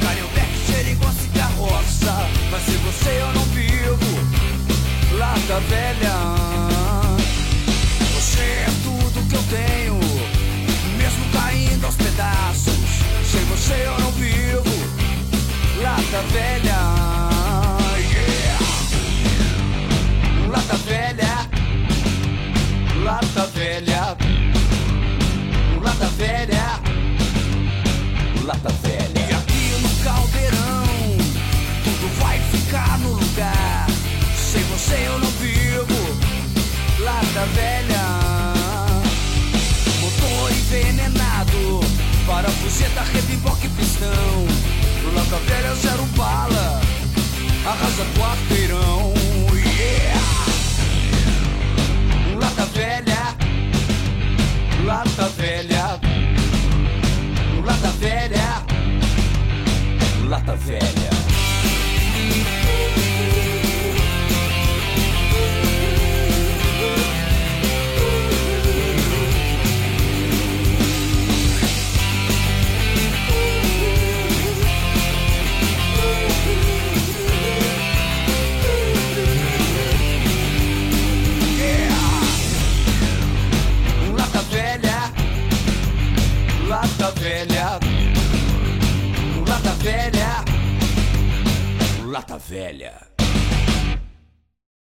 H: Calhambeque cheira igual cigarroça, mas se você eu não vivo lá da velha. Você é tudo que eu tenho, mesmo caindo aos pedaços. Sem você eu não vivo lá da velha. Yeah. Lata velha, lata velha, lata velha lata velha. E aqui no caldeirão, tudo vai ficar no lugar. Sem você eu não vivo, lata velha. Motor envenenado, parafuseta, reboque, pistão. Lata velha, zero bala, arrasa quarteirão. Yeah! Lata velha, lata velha. Lata velha, lata velha. Yeah. Lata velha. Lata velha, lata velha, lata velha.